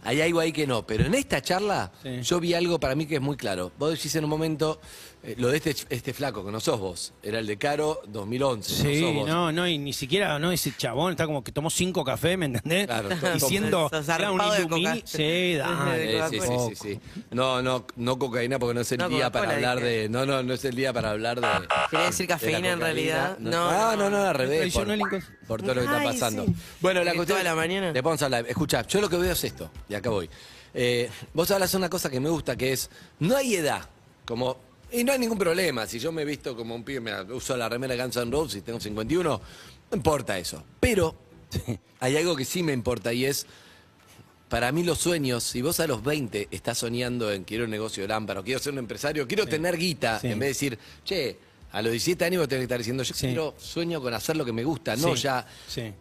Hay algo ahí que no, pero en esta charla
Sí.
yo vi algo para mí que es muy claro. Vos decís en un momento eh, lo de este, ch- este flaco, que no sos vos, era el de Caro 2011.
Sí,
sos vos.
no, no, y ni siquiera, no, ese chabón está como que tomó cinco cafés, ¿me entendés? [laughs]
Claro,
y
todo-
siendo
Sos
era un
zarpado de
ilumini-
coca.
Sí, dale,
Eh, sí, sí, sí, sí. No, no, no cocaína porque no es el
No,
día para
Coca-Cola,
hablar de. No, no, no es el día para hablar de.
Quería decir
de la
cafeína, en
cocaína.
realidad.
No,
No,
ah, no,
no.
no, al revés.
Traicionó
Por,
el incons-
por todo lo que está
Ay,
pasando.
sí.
Bueno, la
Eh,
cuestión.
toda la mañana.
Le vamos a hablar. Escucha, yo lo que veo es esto, y acá voy. Eh, vos hablas una cosa que me gusta, que es. No hay edad. Como. Y no hay ningún problema. Si yo me he visto como un pibe, me uso la remera Guns N' Roses y tengo 51, no importa eso. Pero hay algo que sí me importa y es. Para mí los sueños, si vos a los 20 estás soñando en quiero un negocio de lámpara, o quiero ser un empresario, quiero tener guita,
Sí.
en vez de decir, che, a los 17 años vos tenés que estar diciendo, yo
Sí.
quiero, sueño con hacer lo que me gusta, no
Sí,
ya.
sí.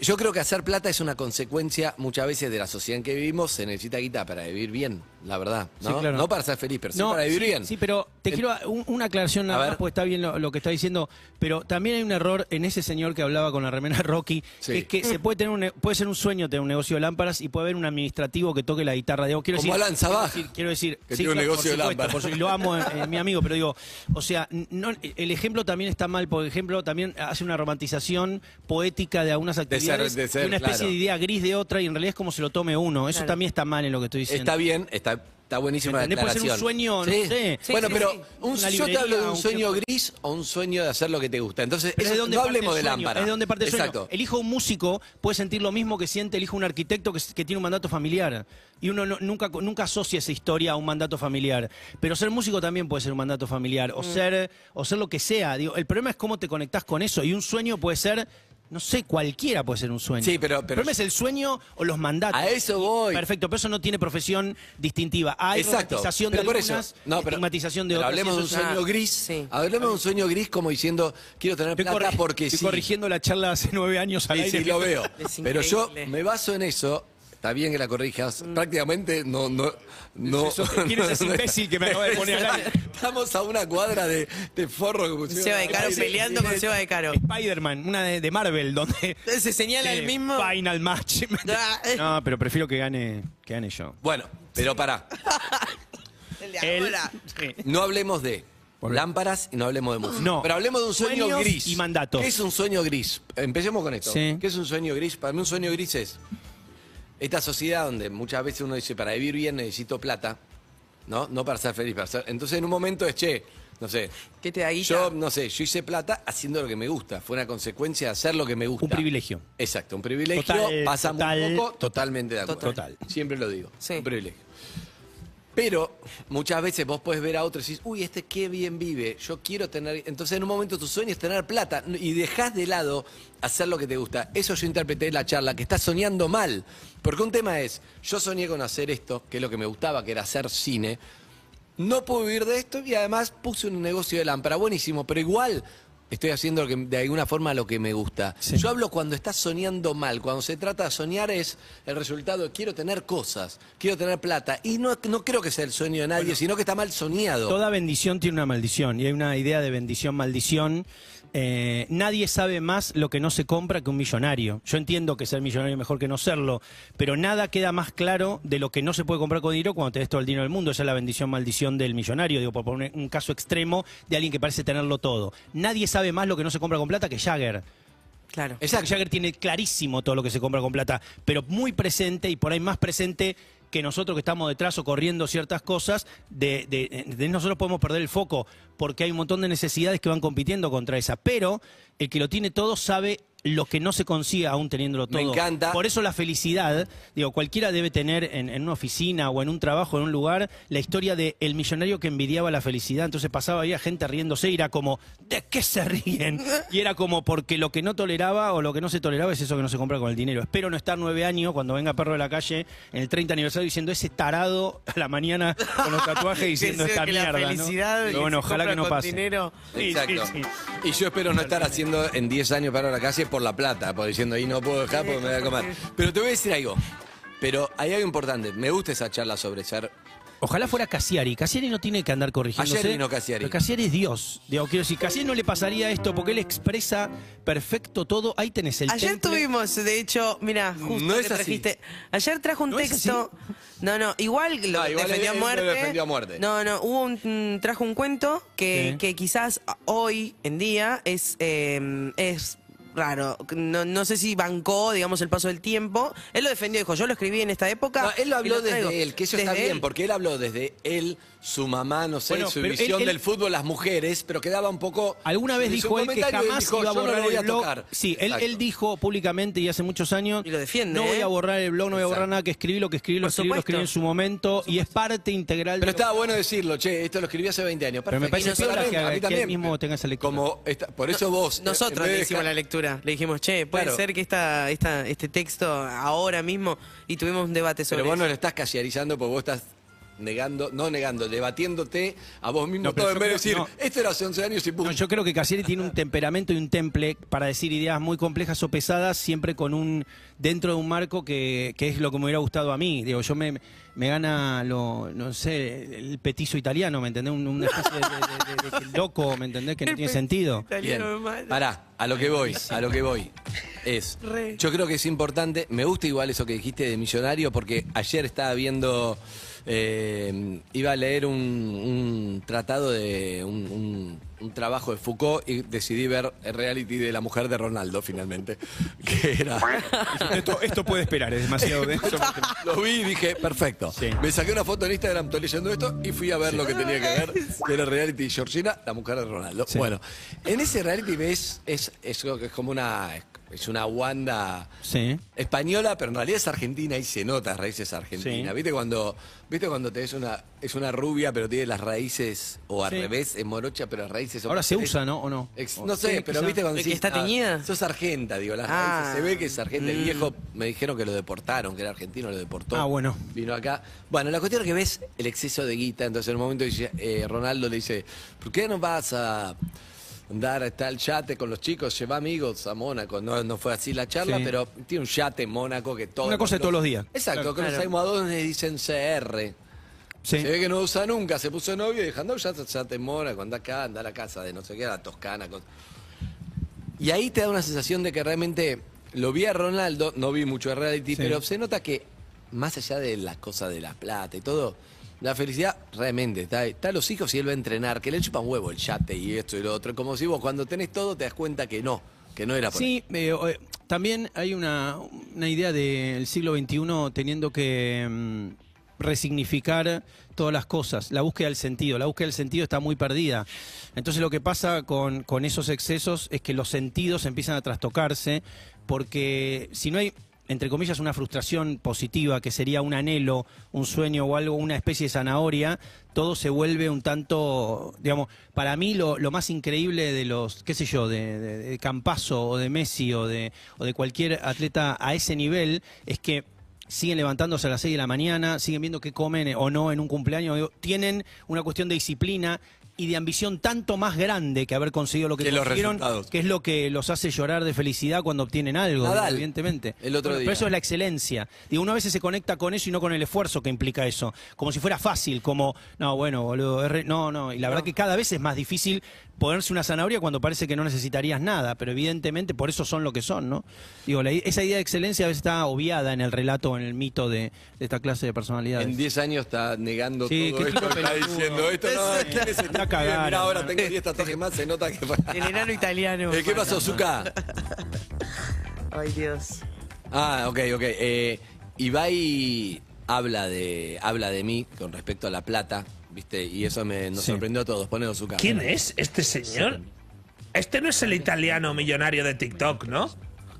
Yo creo que hacer plata es una consecuencia muchas veces de la sociedad en que vivimos, se necesita guita para vivir bien, la verdad.
Sí,
No,
claro.
No para ser feliz, pero sí para vivir
sí,
bien.
Sí, pero te
El-
quiero a- un- una aclaración,
A
nada
ver.
más, porque está bien lo, lo que está diciendo, pero también hay un error en ese señor que hablaba con la remera Rocky,
Sí.
que es que se puede tener un, ne- puede ser un sueño tener un negocio de lámparas y puede haber un administrativo que toque la guitarra de vos. Quiero
Como
decir,
Alan Sabaj,
Quiero decir,
que tiene un
claro,
negocio de
por supuesto,
lámparas.
por su- y lo amo, eh, eh, mi amigo, pero digo, o sea, n- no, el ejemplo también está mal, por ejemplo, también hace una romantización poética de algunas
ser- de
actividades,
ser,
y una especie
claro.
de idea gris de otra y en realidad es como se lo tome uno. Eso
Claro.
también está mal en lo que estoy diciendo.
Está bien, está, está buenísima la
¿Me entendés? Puede ser un
aclaración.
sueño, no sé. Sí,
bueno,
sí,
pero
sí.
un-
Una
yo te hablo de
librería,
un
un
sueño
kiosco.
gris o un sueño de hacer lo que te gusta. Entonces,
Pero
eso-
¿de dónde
no
parte
hablemos
el
de
sueño?
lámpara.
Es de dónde parte el sueño.
Exacto.
El hijo de un músico puede sentir lo mismo que siente el hijo de un arquitecto que, s- que tiene un mandato familiar. Y uno no- nunca, nunca asocia esa historia a un mandato familiar. Pero ser músico también puede ser un mandato familiar. O,
Mm.
ser, o ser lo que sea. Digo, el problema es cómo te conectás con eso. Y un sueño puede ser... No sé, cualquiera puede ser un sueño.
Sí, pero- pero-
el problema es el sueño o los mandatos.
A eso voy.
Perfecto, pero eso no tiene profesión distintiva. Hay
Exacto.
romantización de
Pero por
algunas,
eso. No, pero-
estigmatización de
pero
otras.
Hablemos
y
de
eso
un
es una-
sueño gris.
sí.
Hablemos de un sueño gris como diciendo, quiero tener
Estoy,
plata
corri-
porque
estoy
sí.
corrigiendo la charla de hace nueve años al [laughs]
Sí,
aire.
sí, lo veo.
Es
Pero yo
increíble.
me baso en eso. Está bien que la corrijas. Prácticamente no. no, no
Eso, ¿quién Mm. es
[laughs]
ese imbécil que me acaba de poner al aire?
Estamos a una cuadra de, de forro que pusieron
Seba de
al
Caro
aire.
peleando con Seba de Caro.
Spider-Man, una de, de Marvel,
[laughs]
donde.
Se señala el
eh,
mismo.
Final match. [laughs]
Ah, eh,
No, pero prefiero que gane, que gane yo.
Bueno, pero pará.
el de
Él-
ahora.
sí.
No hablemos de lámparas y no hablemos de música.
No.
Pero hablemos de un sueño
Sueños
gris.
y mandatos.
¿Qué es un sueño gris? Empecemos con esto.
Sí.
¿Qué es un sueño gris? Para mí un sueño gris es esta sociedad donde muchas veces uno dice, para vivir bien necesito plata, ¿no? No para ser feliz, para ser... Entonces en un momento es, che, no sé.
¿Qué te da guita?
Yo, no sé, yo hice plata haciendo lo que me gusta. Fue una consecuencia de hacer lo que me gusta.
Un privilegio.
Exacto, un privilegio.
Total, eh,
pasa muy
total.
poco, totalmente de acuerdo.
Total.
Siempre lo digo.
Sí.
Un privilegio. Pero muchas veces vos podés ver a otro y decís, uy, este qué bien vive, yo quiero tener. Entonces, en un momento tu sueño es tener plata y dejás de lado hacer lo que te gusta. Eso yo interpreté en la charla, que estás soñando mal. Porque un tema es, yo soñé con hacer esto, que es lo que me gustaba, que era hacer cine. No puedo vivir de esto y además puse un negocio de lámpara, buenísimo, pero igual estoy haciendo lo que- de alguna forma lo que me gusta. Yo hablo cuando estás soñando mal, cuando se trata de soñar es el resultado, de quiero tener cosas, quiero tener plata y no, no creo que sea el sueño de nadie, sino que está mal soñado.
Toda bendición tiene una maldición y hay una idea de bendición maldición. Eh, nadie sabe más lo que no se compra que un millonario. Yo entiendo que ser millonario es mejor que no serlo, pero nada queda más claro de lo que no se puede comprar con dinero cuando tenés todo el dinero del mundo. Esa es la bendición maldición del millonario, digo, por poner un caso extremo de alguien que parece tenerlo todo. Nadie sabe más lo que no se compra con plata que Jagger.
Claro.
Exacto. Jagger tiene clarísimo todo lo que se compra con plata, pero muy presente y por ahí más presente que nosotros que estamos detrás o corriendo ciertas cosas, de, de- de- nosotros podemos perder el foco porque hay un montón de necesidades que van compitiendo contra esa. Pero el que lo tiene todo sabe lo que no se consigue aún teniéndolo todo.
Me encanta.
Por eso la felicidad, digo, cualquiera debe tener en, en una oficina o en un trabajo, en un lugar, la historia de el millonario que envidiaba la felicidad. Entonces pasaba había gente riéndose y era como, ¿de qué se ríen? Y era como porque lo que no toleraba o lo que no se toleraba es eso que no se compra con el dinero. Espero no estar nueve años cuando venga perro de la calle en el 30 aniversario diciendo ese tarado a la mañana con
[laughs]
los tatuajes diciendo
Deseo
esta
que
mierda.
La
¿no?".
felicidad
Pero bueno,
se
ojalá
compra
que no
con
pase.
dinero.
Sí,
Exacto.
sí, sí.
Y yo espero no estar haciendo en 10 años para la calle por la plata, por diciendo ahí no puedo dejar porque me voy a comer. Pero te voy a decir algo. Pero hay algo importante. Me gusta esa charla sobre ser.
Ojalá fuera Cassiari. Cassiari no tiene que andar corrigiéndose.
Ayer vino Cassiari.
Pero Cassiari es Dios. Digo, quiero decir, Cassiari no le pasaría esto porque él expresa perfecto todo. Ahí tenés el
Ayer
temple.
tuvimos, de hecho, mira, justo
No
que
es así.
trajiste. Ayer trajo un
¿No es
texto. No, no, igual lo
Ah, igual
defendió a
él- él lo
muerte.
defendió a muerte.
No, no, hubo un, mm, trajo un cuento que,
Sí.
que quizás hoy en día es, eh, es raro. No, no sé si bancó, digamos, el paso del tiempo. Él lo defendió, dijo, yo lo escribí en esta época.
[laughs]
No, él lo
y
habló
traigo.
desde él, que eso está
Desde
bien,
él.
porque él habló desde él, su mamá, no sé,
Bueno,
su
pero él-
visión
él-
del fútbol, las mujeres, pero quedaba un poco.
Alguna vez
hizo
dijo
un
él que
comentario y
jamás
dijo,
iba
"Yo
a
no
borrar
lo voy
el blog.
tocar".
Sí, él,
Exacto.
él dijo públicamente y hace muchos años.
Y lo defiende,
No voy
¿eh?
a borrar el blog, no voy a borrar nada que escribí, lo que escribí, lo
Por
escribí, lo
supuesto.
escribí en su momento y es parte integral
Pero
de. lo-
estaba bueno decirlo, che, esto lo escribí hace 20 años.
Pero me
Perfecto.
parece
Y
piola
nosotros
que,
también,
que él mismo tenga esa lectura.
Como esta- por eso vos. eh, en
Nosotros
vez
le
de
hicimos
dejar-
la lectura, le dijimos, che, puede
Claro.
ser que esta, esta, este texto ahora mismo, y tuvimos un debate sobre
Pero vos
eso.
no lo estás callarizando porque vos estás negando, no negando, debatiéndote a vos mismo
No, pero
todo en
yo
vez de decir,
creo-
esto era hace 11 años y pum.
No, yo creo que Casieri tiene un temperamento y un temple para decir ideas muy complejas o pesadas, siempre con un dentro de un marco que, que es lo que me hubiera gustado a mí. Digo, yo me, me gana lo, no sé, el petizo italiano, ¿me entendés? Un- Una especie de, de- de- de loco, ¿me entendés? Que no tiene sentido.
Bien.
Italiano me mata.
Pará, a lo que voy, a lo que voy. Es,
Re.
yo creo que es importante, me gusta igual eso que dijiste de millonario, porque ayer estaba viendo, eh, iba a leer un, un tratado de un, un- un trabajo de Foucault y decidí ver el reality de la mujer de Ronaldo finalmente, [laughs] que era...
Esto, puede esperar, es demasiado denso.
Lo vi y dije, perfecto.
Sí.
Me saqué una foto en Instagram, estoy leyendo esto y fui a ver lo que tenía que ver. que Era reality Georgina, la mujer de Ronaldo.
Sí.
Bueno, en ese reality ves, es, es, lo que es como una, es una Wanda
Sí.
española, pero en realidad es argentina y se nota raíces argentinas.
Sí.
¿Viste cuando viste cuando te ves una, es una rubia, pero tiene las raíces, o al
Sí.
revés, es morocha, pero las raíces son
Ahora se
pasteles?
usa, ¿no? ¿O no?
Ex-
O-
no sé,
sí,
pero
quizá.
viste cuando
¿De que
decís, ah,
está teñida?
sos argenta, digo, las
Ah. mm.
raíces. Se ve que es argenta. El viejo me dijeron que lo deportaron, que era argentino, lo deportó.
Ah, bueno.
Vino acá. Bueno, la cuestión es que ves el exceso de guita. Entonces, en un momento dice, eh, Ronaldo le dice, ¿por qué no vas a. Dar está el yate con los chicos, lleva amigos a Mónaco. No, no fue así la charla,
Sí.
pero tiene un yate en Mónaco que todo.
Una cosa de todos los días.
Exacto, que nos salimos a dos le dicen CR.
Sí.
Se ve que no usa nunca, se puso novio y dijo, no, ya, ya te mora, cuando acá, anda a la casa de no sé qué, a la Toscana. con-". Y ahí te da una sensación de que realmente lo vi a Ronaldo, no vi mucho de reality, pero se nota que más allá de las cosas de la plata y todo, la felicidad realmente está, ahí. está a los hijos y él va a entrenar, que le chupa un huevo el yate y esto y lo otro. Como si vos cuando tenés todo te das cuenta que no, que no era por ahí.
Sí, eh, o- eh, también hay una, una idea del siglo XXI teniendo que mm, resignificar todas las cosas, la búsqueda del sentido. La búsqueda del sentido está muy perdida. Entonces lo que pasa con, con esos excesos es que los sentidos empiezan a trastocarse porque si no hay entre comillas, una frustración positiva, que sería un anhelo, un sueño o algo, una especie de zanahoria, todo se vuelve un tanto, digamos, para mí lo, lo más increíble de los, qué sé yo, de, de, de Campazzo o de Messi o de, o de cualquier atleta a ese nivel, es que siguen levantándose a las 6 de la mañana, siguen viendo qué comen eh, o no en un cumpleaños, digo, tienen una cuestión de disciplina y de ambición tanto más grande que haber conseguido lo que,
Que los
consiguieron,
resultados.
que es lo que los hace llorar de felicidad cuando obtienen algo,
Nadal,
evidentemente.
el otro día.
Pero eso es la excelencia. Digo, uno a veces se conecta con eso y no con el esfuerzo que implica eso. Como si fuera fácil, como, no, bueno, boludo, es re- no, no. Y la verdad que cada vez es más difícil ponerse una zanahoria cuando parece que no necesitarías nada, pero evidentemente por eso son lo que son, ¿no? Digo, la i- esa idea de excelencia a veces está obviada en el relato, en el mito de, de esta clase de personalidades.
En 10 años está negando
Sí,
todo
qué
esto,
tipo
está
pelotudo.
diciendo esto, no,
Es-
¿quién es este
Anda a
pibe?
cagar,
Mirá, ahora
hermano.
tengo 10 tatuajes más, se nota que...
El enano italiano.
Eh, ¿Qué pasó, Zuka?
Ay, Dios.
Ah, ok, ok. Eh, Ibai habla de, habla de mí con respecto a la plata, ¿viste? Y eso me, nos sorprendió a todos. Ponelo, Zuka.
¿Quién es este señor? Este no es el italiano millonario de TikTok, ¿no?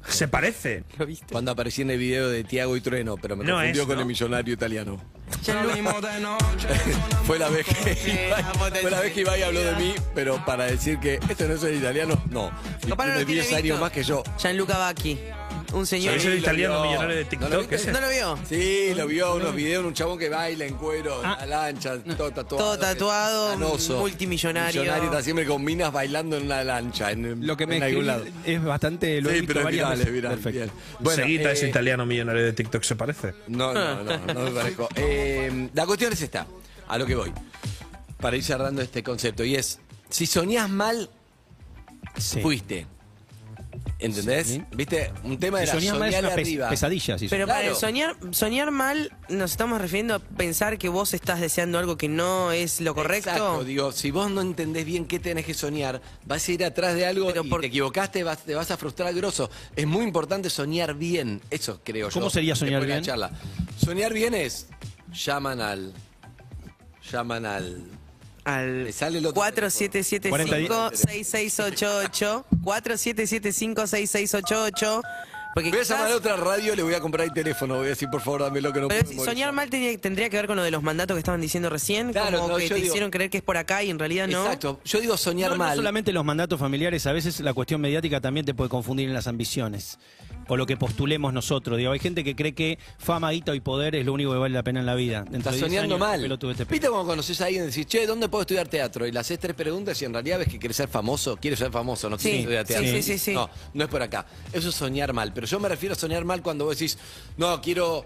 Se parece.
¿Lo viste? Cuando aparecí en el video de Tiago y Trueno, pero me
No
confundió
es,
con
¿no?
el millonario italiano. [laughs] Fue la vez que Ibai, fue la vez que Ibai habló de mí, pero para decir que este no es el italiano, no. Y
Capaz no lo
tiene
tiene
10 años
visto.
más que yo.
Gianluca Bacchi, un señor.
¿Sois el italiano
vio.
millonario de
¿No lo
TikTok?
viste?
ese?
¿No lo vio?
Sí, lo vio unos videos de un chabón que baila en cuero,
Ah.
en la lancha, todo tatuado.
Todo tatuado,
canoso.
multimillonario.
Millonario está siempre con minas bailando en una lancha, en,
Lo que me
en algún
escribí
lado.
es bastante... Lo he
sí,
visto
pero es
varias
viral, es
veces.
viral.
Perfecto.
bien.
Seguita
eh,
ese italiano millonario de TikTok se parece.
No, no, no, no me parezco. Eh, la cuestión es esta, a lo que voy, para ir cerrando este concepto, y es, si soñás mal,
Sí.
fuiste. ¿Entendés?
Sí.
¿Viste? Un tema
Si
era
soñás mal es
soñar
una pes-
arriba.
pesadilla. si
Pero para
Claro.
soñar, soñar mal, nos estamos refiriendo a pensar que vos estás deseando algo que no es lo correcto.
Exacto, digo, si vos no entendés bien qué tenés que soñar, vas a ir atrás de algo
Pero
y
por-
te equivocaste, vas- te vas a frustrar grosso. Es muy importante soñar bien, eso creo yo.
¿Cómo sería soñar
Después de la
bien?
charla. Soñar bien es, llaman al, llaman al...
al
Me sale el otro teléfono.
4775-6688. 4775-6688. Porque
Voy a
quizás-
llamar a otra radio, le voy a comprar el teléfono, voy a decir, por favor, dame lo que no
pero
puedo
si
memorizar.
soñar mal tenía- tendría que ver con lo de los mandatos que estaban diciendo recién,
Claro,
como
no, yo
que te
digo-
hicieron creer que es por acá y en realidad no.
Exacto, yo digo soñar
No, no
mal.
solamente los mandatos familiares, a veces la cuestión mediática también te puede confundir en las ambiciones o lo que postulemos nosotros. Digo, hay gente que cree que fama, guita y poder es lo único que vale la pena en la vida. Dentro
Estás
de 10
soñando
años,
mal.
qué pelotudo este pe-
Viste cuando conoces a alguien y decís, che, ¿dónde puedo estudiar teatro? Y le haces tres preguntas y en realidad ves que quieres ser famoso, quieres ser famoso, no quieres
Sí,
estudiar
sí,
teatro.
sí, sí, sí.
No, no es por acá. Eso es soñar mal. Pero yo me refiero a soñar mal cuando vos decís, no, quiero.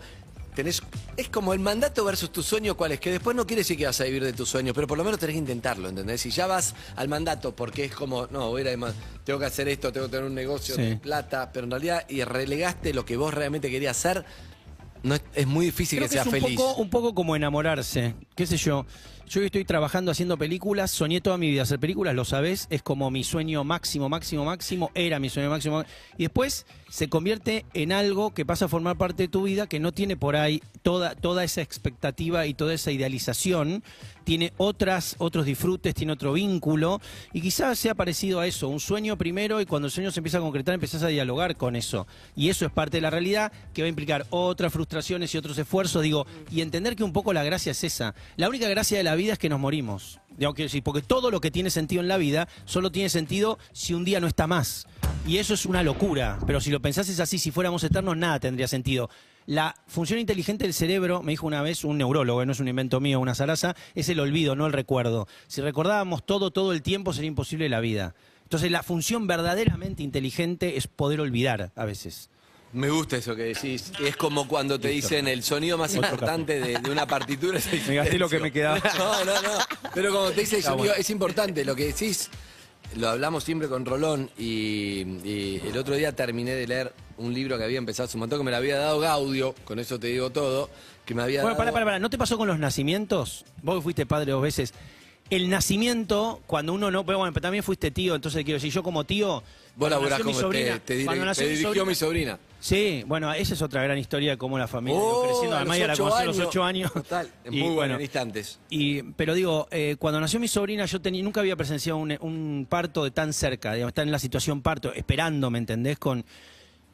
Tenés, es como el mandato versus tu sueño, ¿cuál es? Que después no quiere decir que vas a vivir de tus sueños, pero por lo menos tenés que intentarlo, ¿entendés? Si ya vas al mandato porque es como, no, voy a ir al man- tengo que hacer esto, tengo que tener un negocio,
Sí.
de plata, pero en realidad, y relegaste lo que vos realmente querías hacer, no es, es muy difícil
Creo
que, seas
es un
feliz.
Poco, un poco como enamorarse, qué sé yo. Yo hoy estoy trabajando haciendo películas, soñé toda mi vida hacer películas, lo sabés, es como mi sueño máximo, máximo, máximo, era mi sueño máximo. Y después se convierte en algo que pasa a formar parte de tu vida, que no tiene por ahí toda, toda esa expectativa y toda esa idealización, tiene otras, otros disfrutes, tiene otro vínculo, y quizás sea parecido a eso, un sueño primero y cuando el sueño se empieza a concretar empezás a dialogar con eso. Y eso es parte de la realidad que va a implicar otras frustraciones y otros esfuerzos, digo, y entender que un poco la gracia es esa. La única gracia de la vida es que nos morimos. Digo, quiero decir, porque todo lo que tiene sentido en la vida solo tiene sentido si un día no está más. Y eso es una locura, pero si lo pensases así, si fuéramos eternos, nada tendría sentido. La función inteligente del cerebro, me dijo una vez un neurólogo, eh, no es un invento mío, una zaraza, es el olvido, no el recuerdo. Si recordábamos todo, todo el tiempo, sería imposible la vida. Entonces la función verdaderamente inteligente es poder olvidar a veces.
Me gusta eso que decís. Es como cuando te dicen el sonido más
Otro café.
importante de, de una
[laughs]
partitura. es el
Me gasté
silencio.
lo que me quedaba.
No, no, no. Pero como te dice el
Está
sonido,
bueno.
es importante. Lo que decís, lo hablamos siempre con Rolón. Y, y el otro día terminé de leer un libro que había empezado hace un montón, que me lo había dado Gaudio. Con eso te digo todo. Que me había
Bueno,
dado.
pará, pará, pará. ¿No te pasó con los nacimientos? Vos que fuiste padre dos veces. El nacimiento, cuando uno no. Pero bueno, pero también fuiste tío, entonces quiero decir, yo como tío.
Vos
cuando
laburás
nació mi
como te-
sobrina-
te dir-
cuando
te
nació
dirigió mi sobrina.
Sí, bueno, esa es otra gran historia de cómo la familia
Oh,
iba creciendo.
a
Además,
los
ya la
ocho
conocí a los
años.
ocho años.
Total, es
Y
muy bueno,
bueno,
en instantes.
Y, pero digo, eh, cuando nació mi sobrina, yo tenía, nunca había presenciado un, un parto de tan cerca, digamos, estar en la situación parto, esperando, ¿me entendés? Con,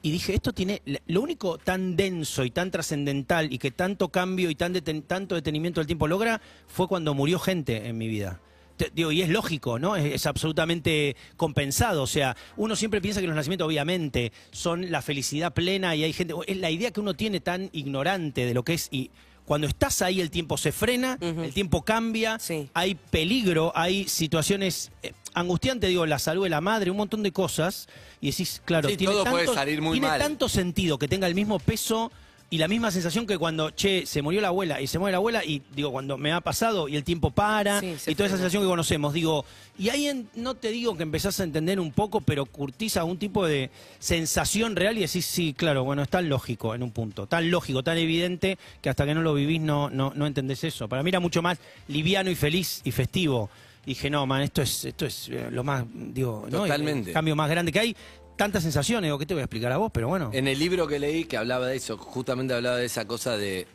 y dije, esto tiene, lo único tan denso y tan trascendental y que tanto cambio y tan deten- tanto detenimiento del tiempo logra fue cuando murió gente en mi vida. Te- digo, y es lógico, ¿no? Es, es absolutamente compensado. O sea, uno siempre piensa que los nacimientos, obviamente, son la felicidad plena y hay gente. Es la idea que uno tiene tan ignorante de lo que es. Y cuando estás ahí, el tiempo se frena, el tiempo cambia, hay peligro, hay situaciones eh, angustiantes, digo, la salud de la madre, un montón de cosas. Y decís, claro,
Sí,
tiene,
todo
tanto,
puede salir muy
tiene
mal.
tanto sentido que tenga el mismo peso y la misma sensación que cuando, che, se murió la abuela y se muere la abuela y digo, cuando me ha pasado y el tiempo para
Sí,
y toda
se frena.
esa sensación que conocemos, digo, y ahí en- no te digo que empezás a entender un poco, pero curtís algún tipo de sensación real y decís, sí, claro, bueno, es tan lógico en un punto, tan lógico, tan evidente que hasta que no lo vivís no, no, no entendés eso. Para mí era mucho más liviano y feliz y festivo. Dije, no, man, esto es, esto es eh, lo más, digo, ¿no? eh,
Totalmente.
el cambio más grande que hay. Tantas sensaciones, digo, ¿qué te voy a explicar a vos? Pero bueno.
En el libro que leí que hablaba de eso, justamente hablaba de esa cosa de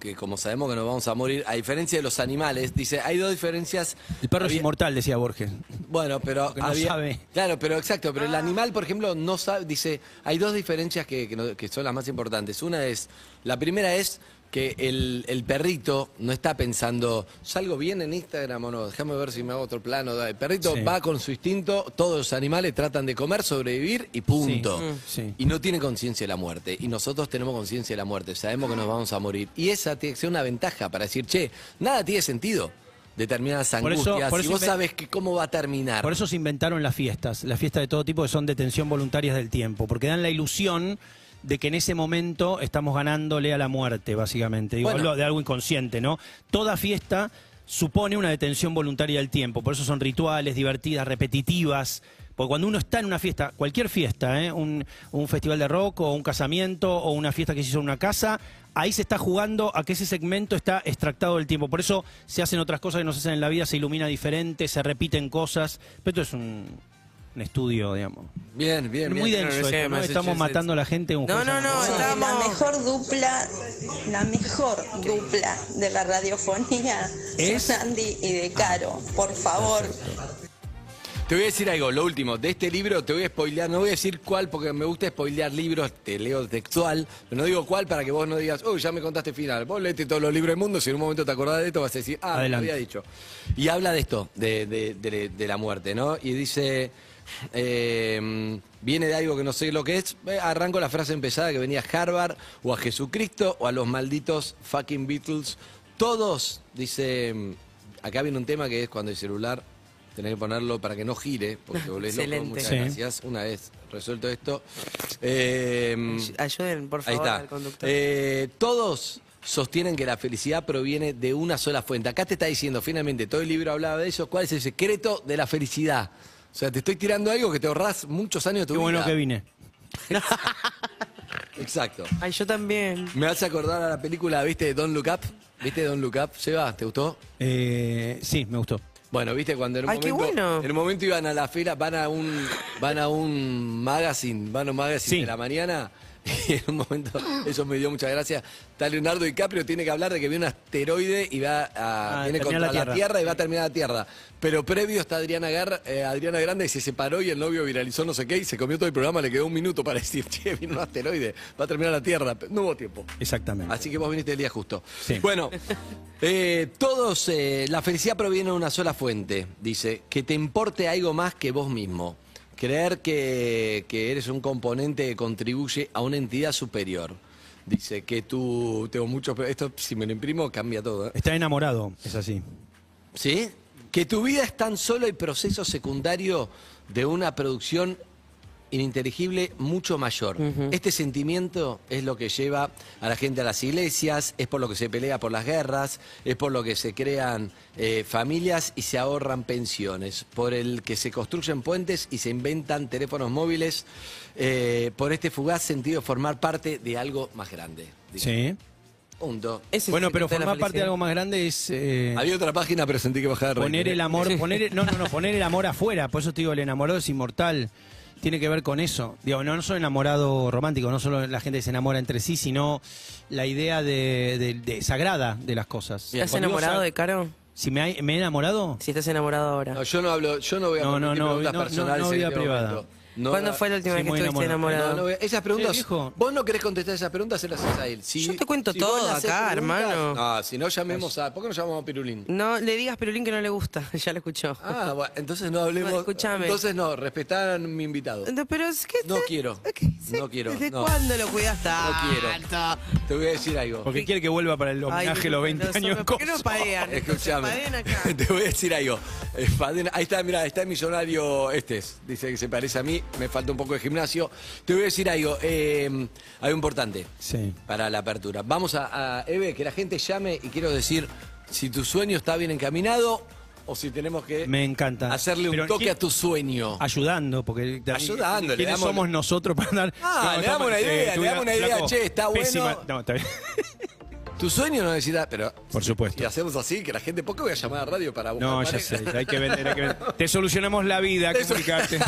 que como sabemos que nos vamos a morir, a diferencia de los animales, dice, hay dos diferencias.
El perro es
Había-
inmortal, decía Borges.
Bueno, pero
Porque no sabe.
Claro, pero exacto, pero el animal, por ejemplo, no sabe, dice, hay dos diferencias que, que no- que son las más importantes. Una es, la primera es que el, el perrito no está pensando, ¿salgo bien en Instagram o no? Déjame ver si me hago otro plano. El perrito
Sí.
va con su instinto, todos los animales tratan de comer, sobrevivir y punto.
Sí, mm, sí.
Y no tiene conciencia de la muerte. Y nosotros tenemos conciencia de la muerte, sabemos que nos vamos a morir. Y esa tiene que ser una ventaja para decir, che, nada tiene sentido. Determinadas
Por eso-
angustias.
por
si
eso
vos
inven-
sabes que cómo va a terminar.
Por eso se inventaron las fiestas, las fiestas de todo tipo que son detención voluntarias del tiempo, porque dan la ilusión de que en ese momento estamos ganándole a la muerte, básicamente. Digo,
Bueno.
hablo de algo inconsciente, ¿no? Toda fiesta supone una detención voluntaria del tiempo, por eso son rituales, divertidas, repetitivas. Porque cuando uno está en una fiesta, cualquier fiesta, ¿eh? un, un festival de rock o un casamiento o una fiesta que se hizo en una casa, ahí se está jugando a que ese segmento está extractado del tiempo. Por eso se hacen otras cosas que no se hacen en la vida, se ilumina diferente, se repiten cosas. Pero esto es un, un estudio, digamos.
Bien, bien, bien.
Muy denso esto, ¿no? Estamos matando a la gente. Un juez a-
La mejor dupla, la mejor dupla de la radiofonía
¿Es?
son Andy y De Caro. Por favor,
Te voy a decir algo, lo último, de este libro te voy a spoilear, no voy a decir cuál porque me gusta spoilear libros, te leo textual, pero no digo cuál para que vos no digas, uy, ya me contaste el final, vos leete todos los libros del mundo, si en un momento te acordás de esto vas a decir, ah, me lo
Adelante.
había dicho. Y habla de esto, de, de- de- de la muerte, ¿no? Y dice, eh, viene de algo que no sé lo que es, eh, arranco la frase empezada que venía a Harvard o a Jesucristo o a los malditos fucking Beatles, todos, dice, acá viene un tema que es cuando el celular... Tenés que ponerlo para que no gire, porque te volvés loco.
Excelente.
Muchas
Sí.
gracias. Una vez resuelto esto. eh,
Ayuden, por
ahí
favor,
está.
al conductor.
Eh, todos sostienen que la felicidad proviene de una sola fuente. Acá te está diciendo, finalmente, todo el libro hablaba de eso, cuál es el secreto de la felicidad. O sea, te estoy tirando algo que te ahorrás muchos años de tu
Qué bueno
vida.
que vine.
Exacto.
Ay, yo también.
Me hace acordar a la película, ¿viste? Don't Look Up. ¿Viste Don't Look Up? Seba, ¿te gustó?
Eh, sí, me gustó.
Bueno, viste cuando en un
Ay, qué
momento,
bueno.
en un momento iban a la fila, van a un, van a un magazine, van a un magazine de la mañana. [laughs] Y en un momento, eso me dio mucha gracia. Está Leonardo DiCaprio, tiene que hablar de que viene un asteroide y va a.
Ah,
viene contra
terminar
la
la
tierra.
Tierra.
y va a terminar la Tierra. Pero previo está Adriana, Gar- eh, Adriana Grande y se separó y el novio viralizó no sé qué y se comió todo el programa. Le quedó un minuto para decir, [laughs] che, viene un asteroide, va a terminar la Tierra. No hubo tiempo.
Exactamente.
Así que vos viniste el día justo. Bueno, eh, todos, eh, la felicidad proviene de una sola fuente, dice, que te importe algo más que vos mismo. Creer que, que eres un componente que contribuye a una entidad superior. Dice que tú, tengo mucho, pero esto si me lo imprimo cambia todo. ¿eh?
Está enamorado, es así.
¿Sí? Que tu vida es tan solo el proceso secundario de una producción ininteligible mucho mayor. Este sentimiento es lo que lleva a la gente a las iglesias, es por lo que se pelea por las guerras, es por lo que se crean eh, familias y se ahorran pensiones, por el que se construyen puentes y se inventan teléfonos móviles, eh, por este fugaz sentido de formar parte de algo más grande.
Sí.
Punto.
Bueno, pero formar parte de algo más grande es. eh,
Había otra página, pero sentí que bajaba de ranking.
Poner el [laughs] amor, poner, no, no, no, poner el amor afuera. Por eso te digo, el enamorado es inmortal. Tiene que ver con eso. Digo, no, no solo enamorado romántico, no solo la gente que se enamora entre sí, sino la idea de, de- de- sagrada de las cosas.
¿Estás
Cuando digo
enamorado
sa-
de Caro?
Si me, hay- me he enamorado.
Si estás enamorado ahora.
No, yo no hablo, yo no voy a
No, no,
permitir
no,
preguntas
no, no,
personales
no,
en
vida
este
privada.
momento. No,
¿Cuándo
no,
fue la última
Sí,
vez que
muy
estuviste enamorado?
No, no, esas preguntas,
Sí, viejo.
vos no querés contestar esas preguntas, se las haces a él. Si-
Yo te cuento
vos
todo
le haces
acá, hermano.
No, si no llamemos a... ¿Por qué no llamamos a Pirulín?
No le digas Perulín que no le gusta, [laughs] ya lo escuchó.
Ah, bueno, entonces no hablemos...
No, escúchame.
Entonces no, respetar a mi invitado.
No, pero es que.
No quiero, no quiero.
¿Desde
no.
cuándo lo cuidas tanto?
No quiero. Te voy a decir algo.
Porque quiere que vuelva para el homenaje a los 20 años. en
¿Por qué no
[laughs]
Coso.
parean?
Escúchame. [laughs]
padean
Te voy a decir algo. Eh, Padena- Ahí está, mira, está el millonario este. es. Dice que se parece a mí, me falta un poco de gimnasio. Te voy a decir algo. eh, algo importante
Sí.
para la apertura. Vamos a, a, Eve, que la gente llame y quiero decir si tu sueño está bien encaminado o si tenemos que
Me encanta.
hacerle
Pero
un toque
¿quién-
a tu sueño.
Ayudando, porque también-
Ayudando, le
¿quiénes
damos-
somos nosotros para dar?
Ah, le damos una idea, le
tuviera-
damos una idea,
Eh, flaco,
che, está bueno.
pésima-
[laughs]
No, está bien.
Tu sueño no necesita, pero
Por supuesto.
y hacemos así que la gente poco voy a llamar a radio para buscar.
No, ya
pareja.
sé, hay que vender, hay que vender. Te solucionamos la vida,
Te sol- [laughs]
comunicarte.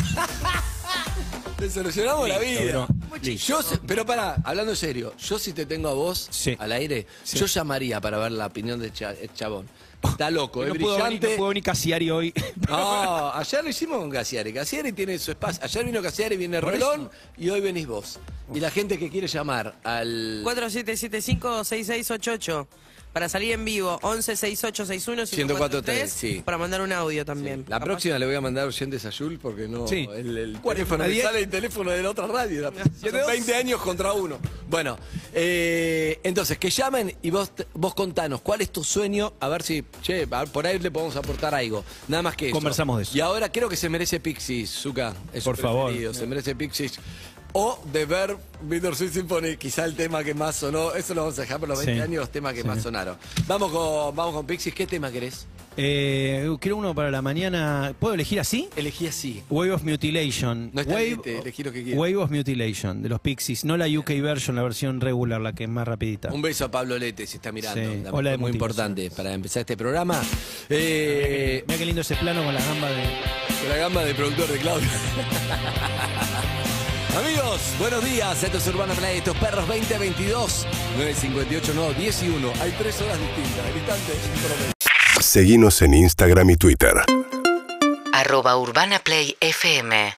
Te solucionamos la
Listo,
vida.
bro.
Yo, se- pero para, hablando en serio, yo si te tengo a vos
Sí.
al aire, yo llamaría para ver la opinión de Cha- el chabón. Está loco, es
No puedo venir, no
brillante.
puedo venir Casiari hoy.
No, ayer lo hicimos con Casiari. Casiari tiene su espacio. Ayer vino Casiari, viene
Por
Rolón y hoy venís vos. Y la gente que quiere llamar al
4775-6688. Para salir en vivo, 116861-1043.
104.3, sí.
Para mandar un audio también.
La
Capaz-
próxima le voy a mandar oyentes a Jul porque no.
Sí.
El, el teléfono me
diez.
sale el teléfono de la otra radio. la- son 20 años contra uno. Bueno, eh, entonces que llamen y vos, te- vos contanos cuál es tu sueño. A ver si, che, a ver, por ahí le podemos aportar algo. Nada más que eso.
Conversamos de eso.
Y ahora creo que se merece Pixies, Zuka. es su
Por favor.
preferido, Se merece Pixies. O de ver Victor Sweet Symphony, quizá el tema que más sonó. Eso lo vamos a dejar por los
Sí.
20 años, los temas que
Sí.
más sonaron. Vamos con, vamos con Pixies. ¿Qué tema querés?
[laughs] Eh, quiero uno para la mañana. ¿Puedo elegir así?
Elegí así.
Wave of Mutilation.
No está
Wave,
el límite, elegí lo que quieras.
Wave of Mutilation, de los Pixies. No la UK version, la versión regular, la que es más rapidita.
Un beso a Pablo Lete, si está mirando.
Sí.
También
Hola,
fue muy
emotivos.
importante para empezar este programa. Eh,
Mira qué lindo ese plano con la gamba de...
con la gamba de productor de Claudio. [laughs] Amigos, buenos días. Esto es Urbana Play, estos perros 2022. 958, no, 10 y 1. Hay tres horas distintas. Al instante, promedio.
Seguimos en Instagram y Twitter.
Arroba Urbana Play FM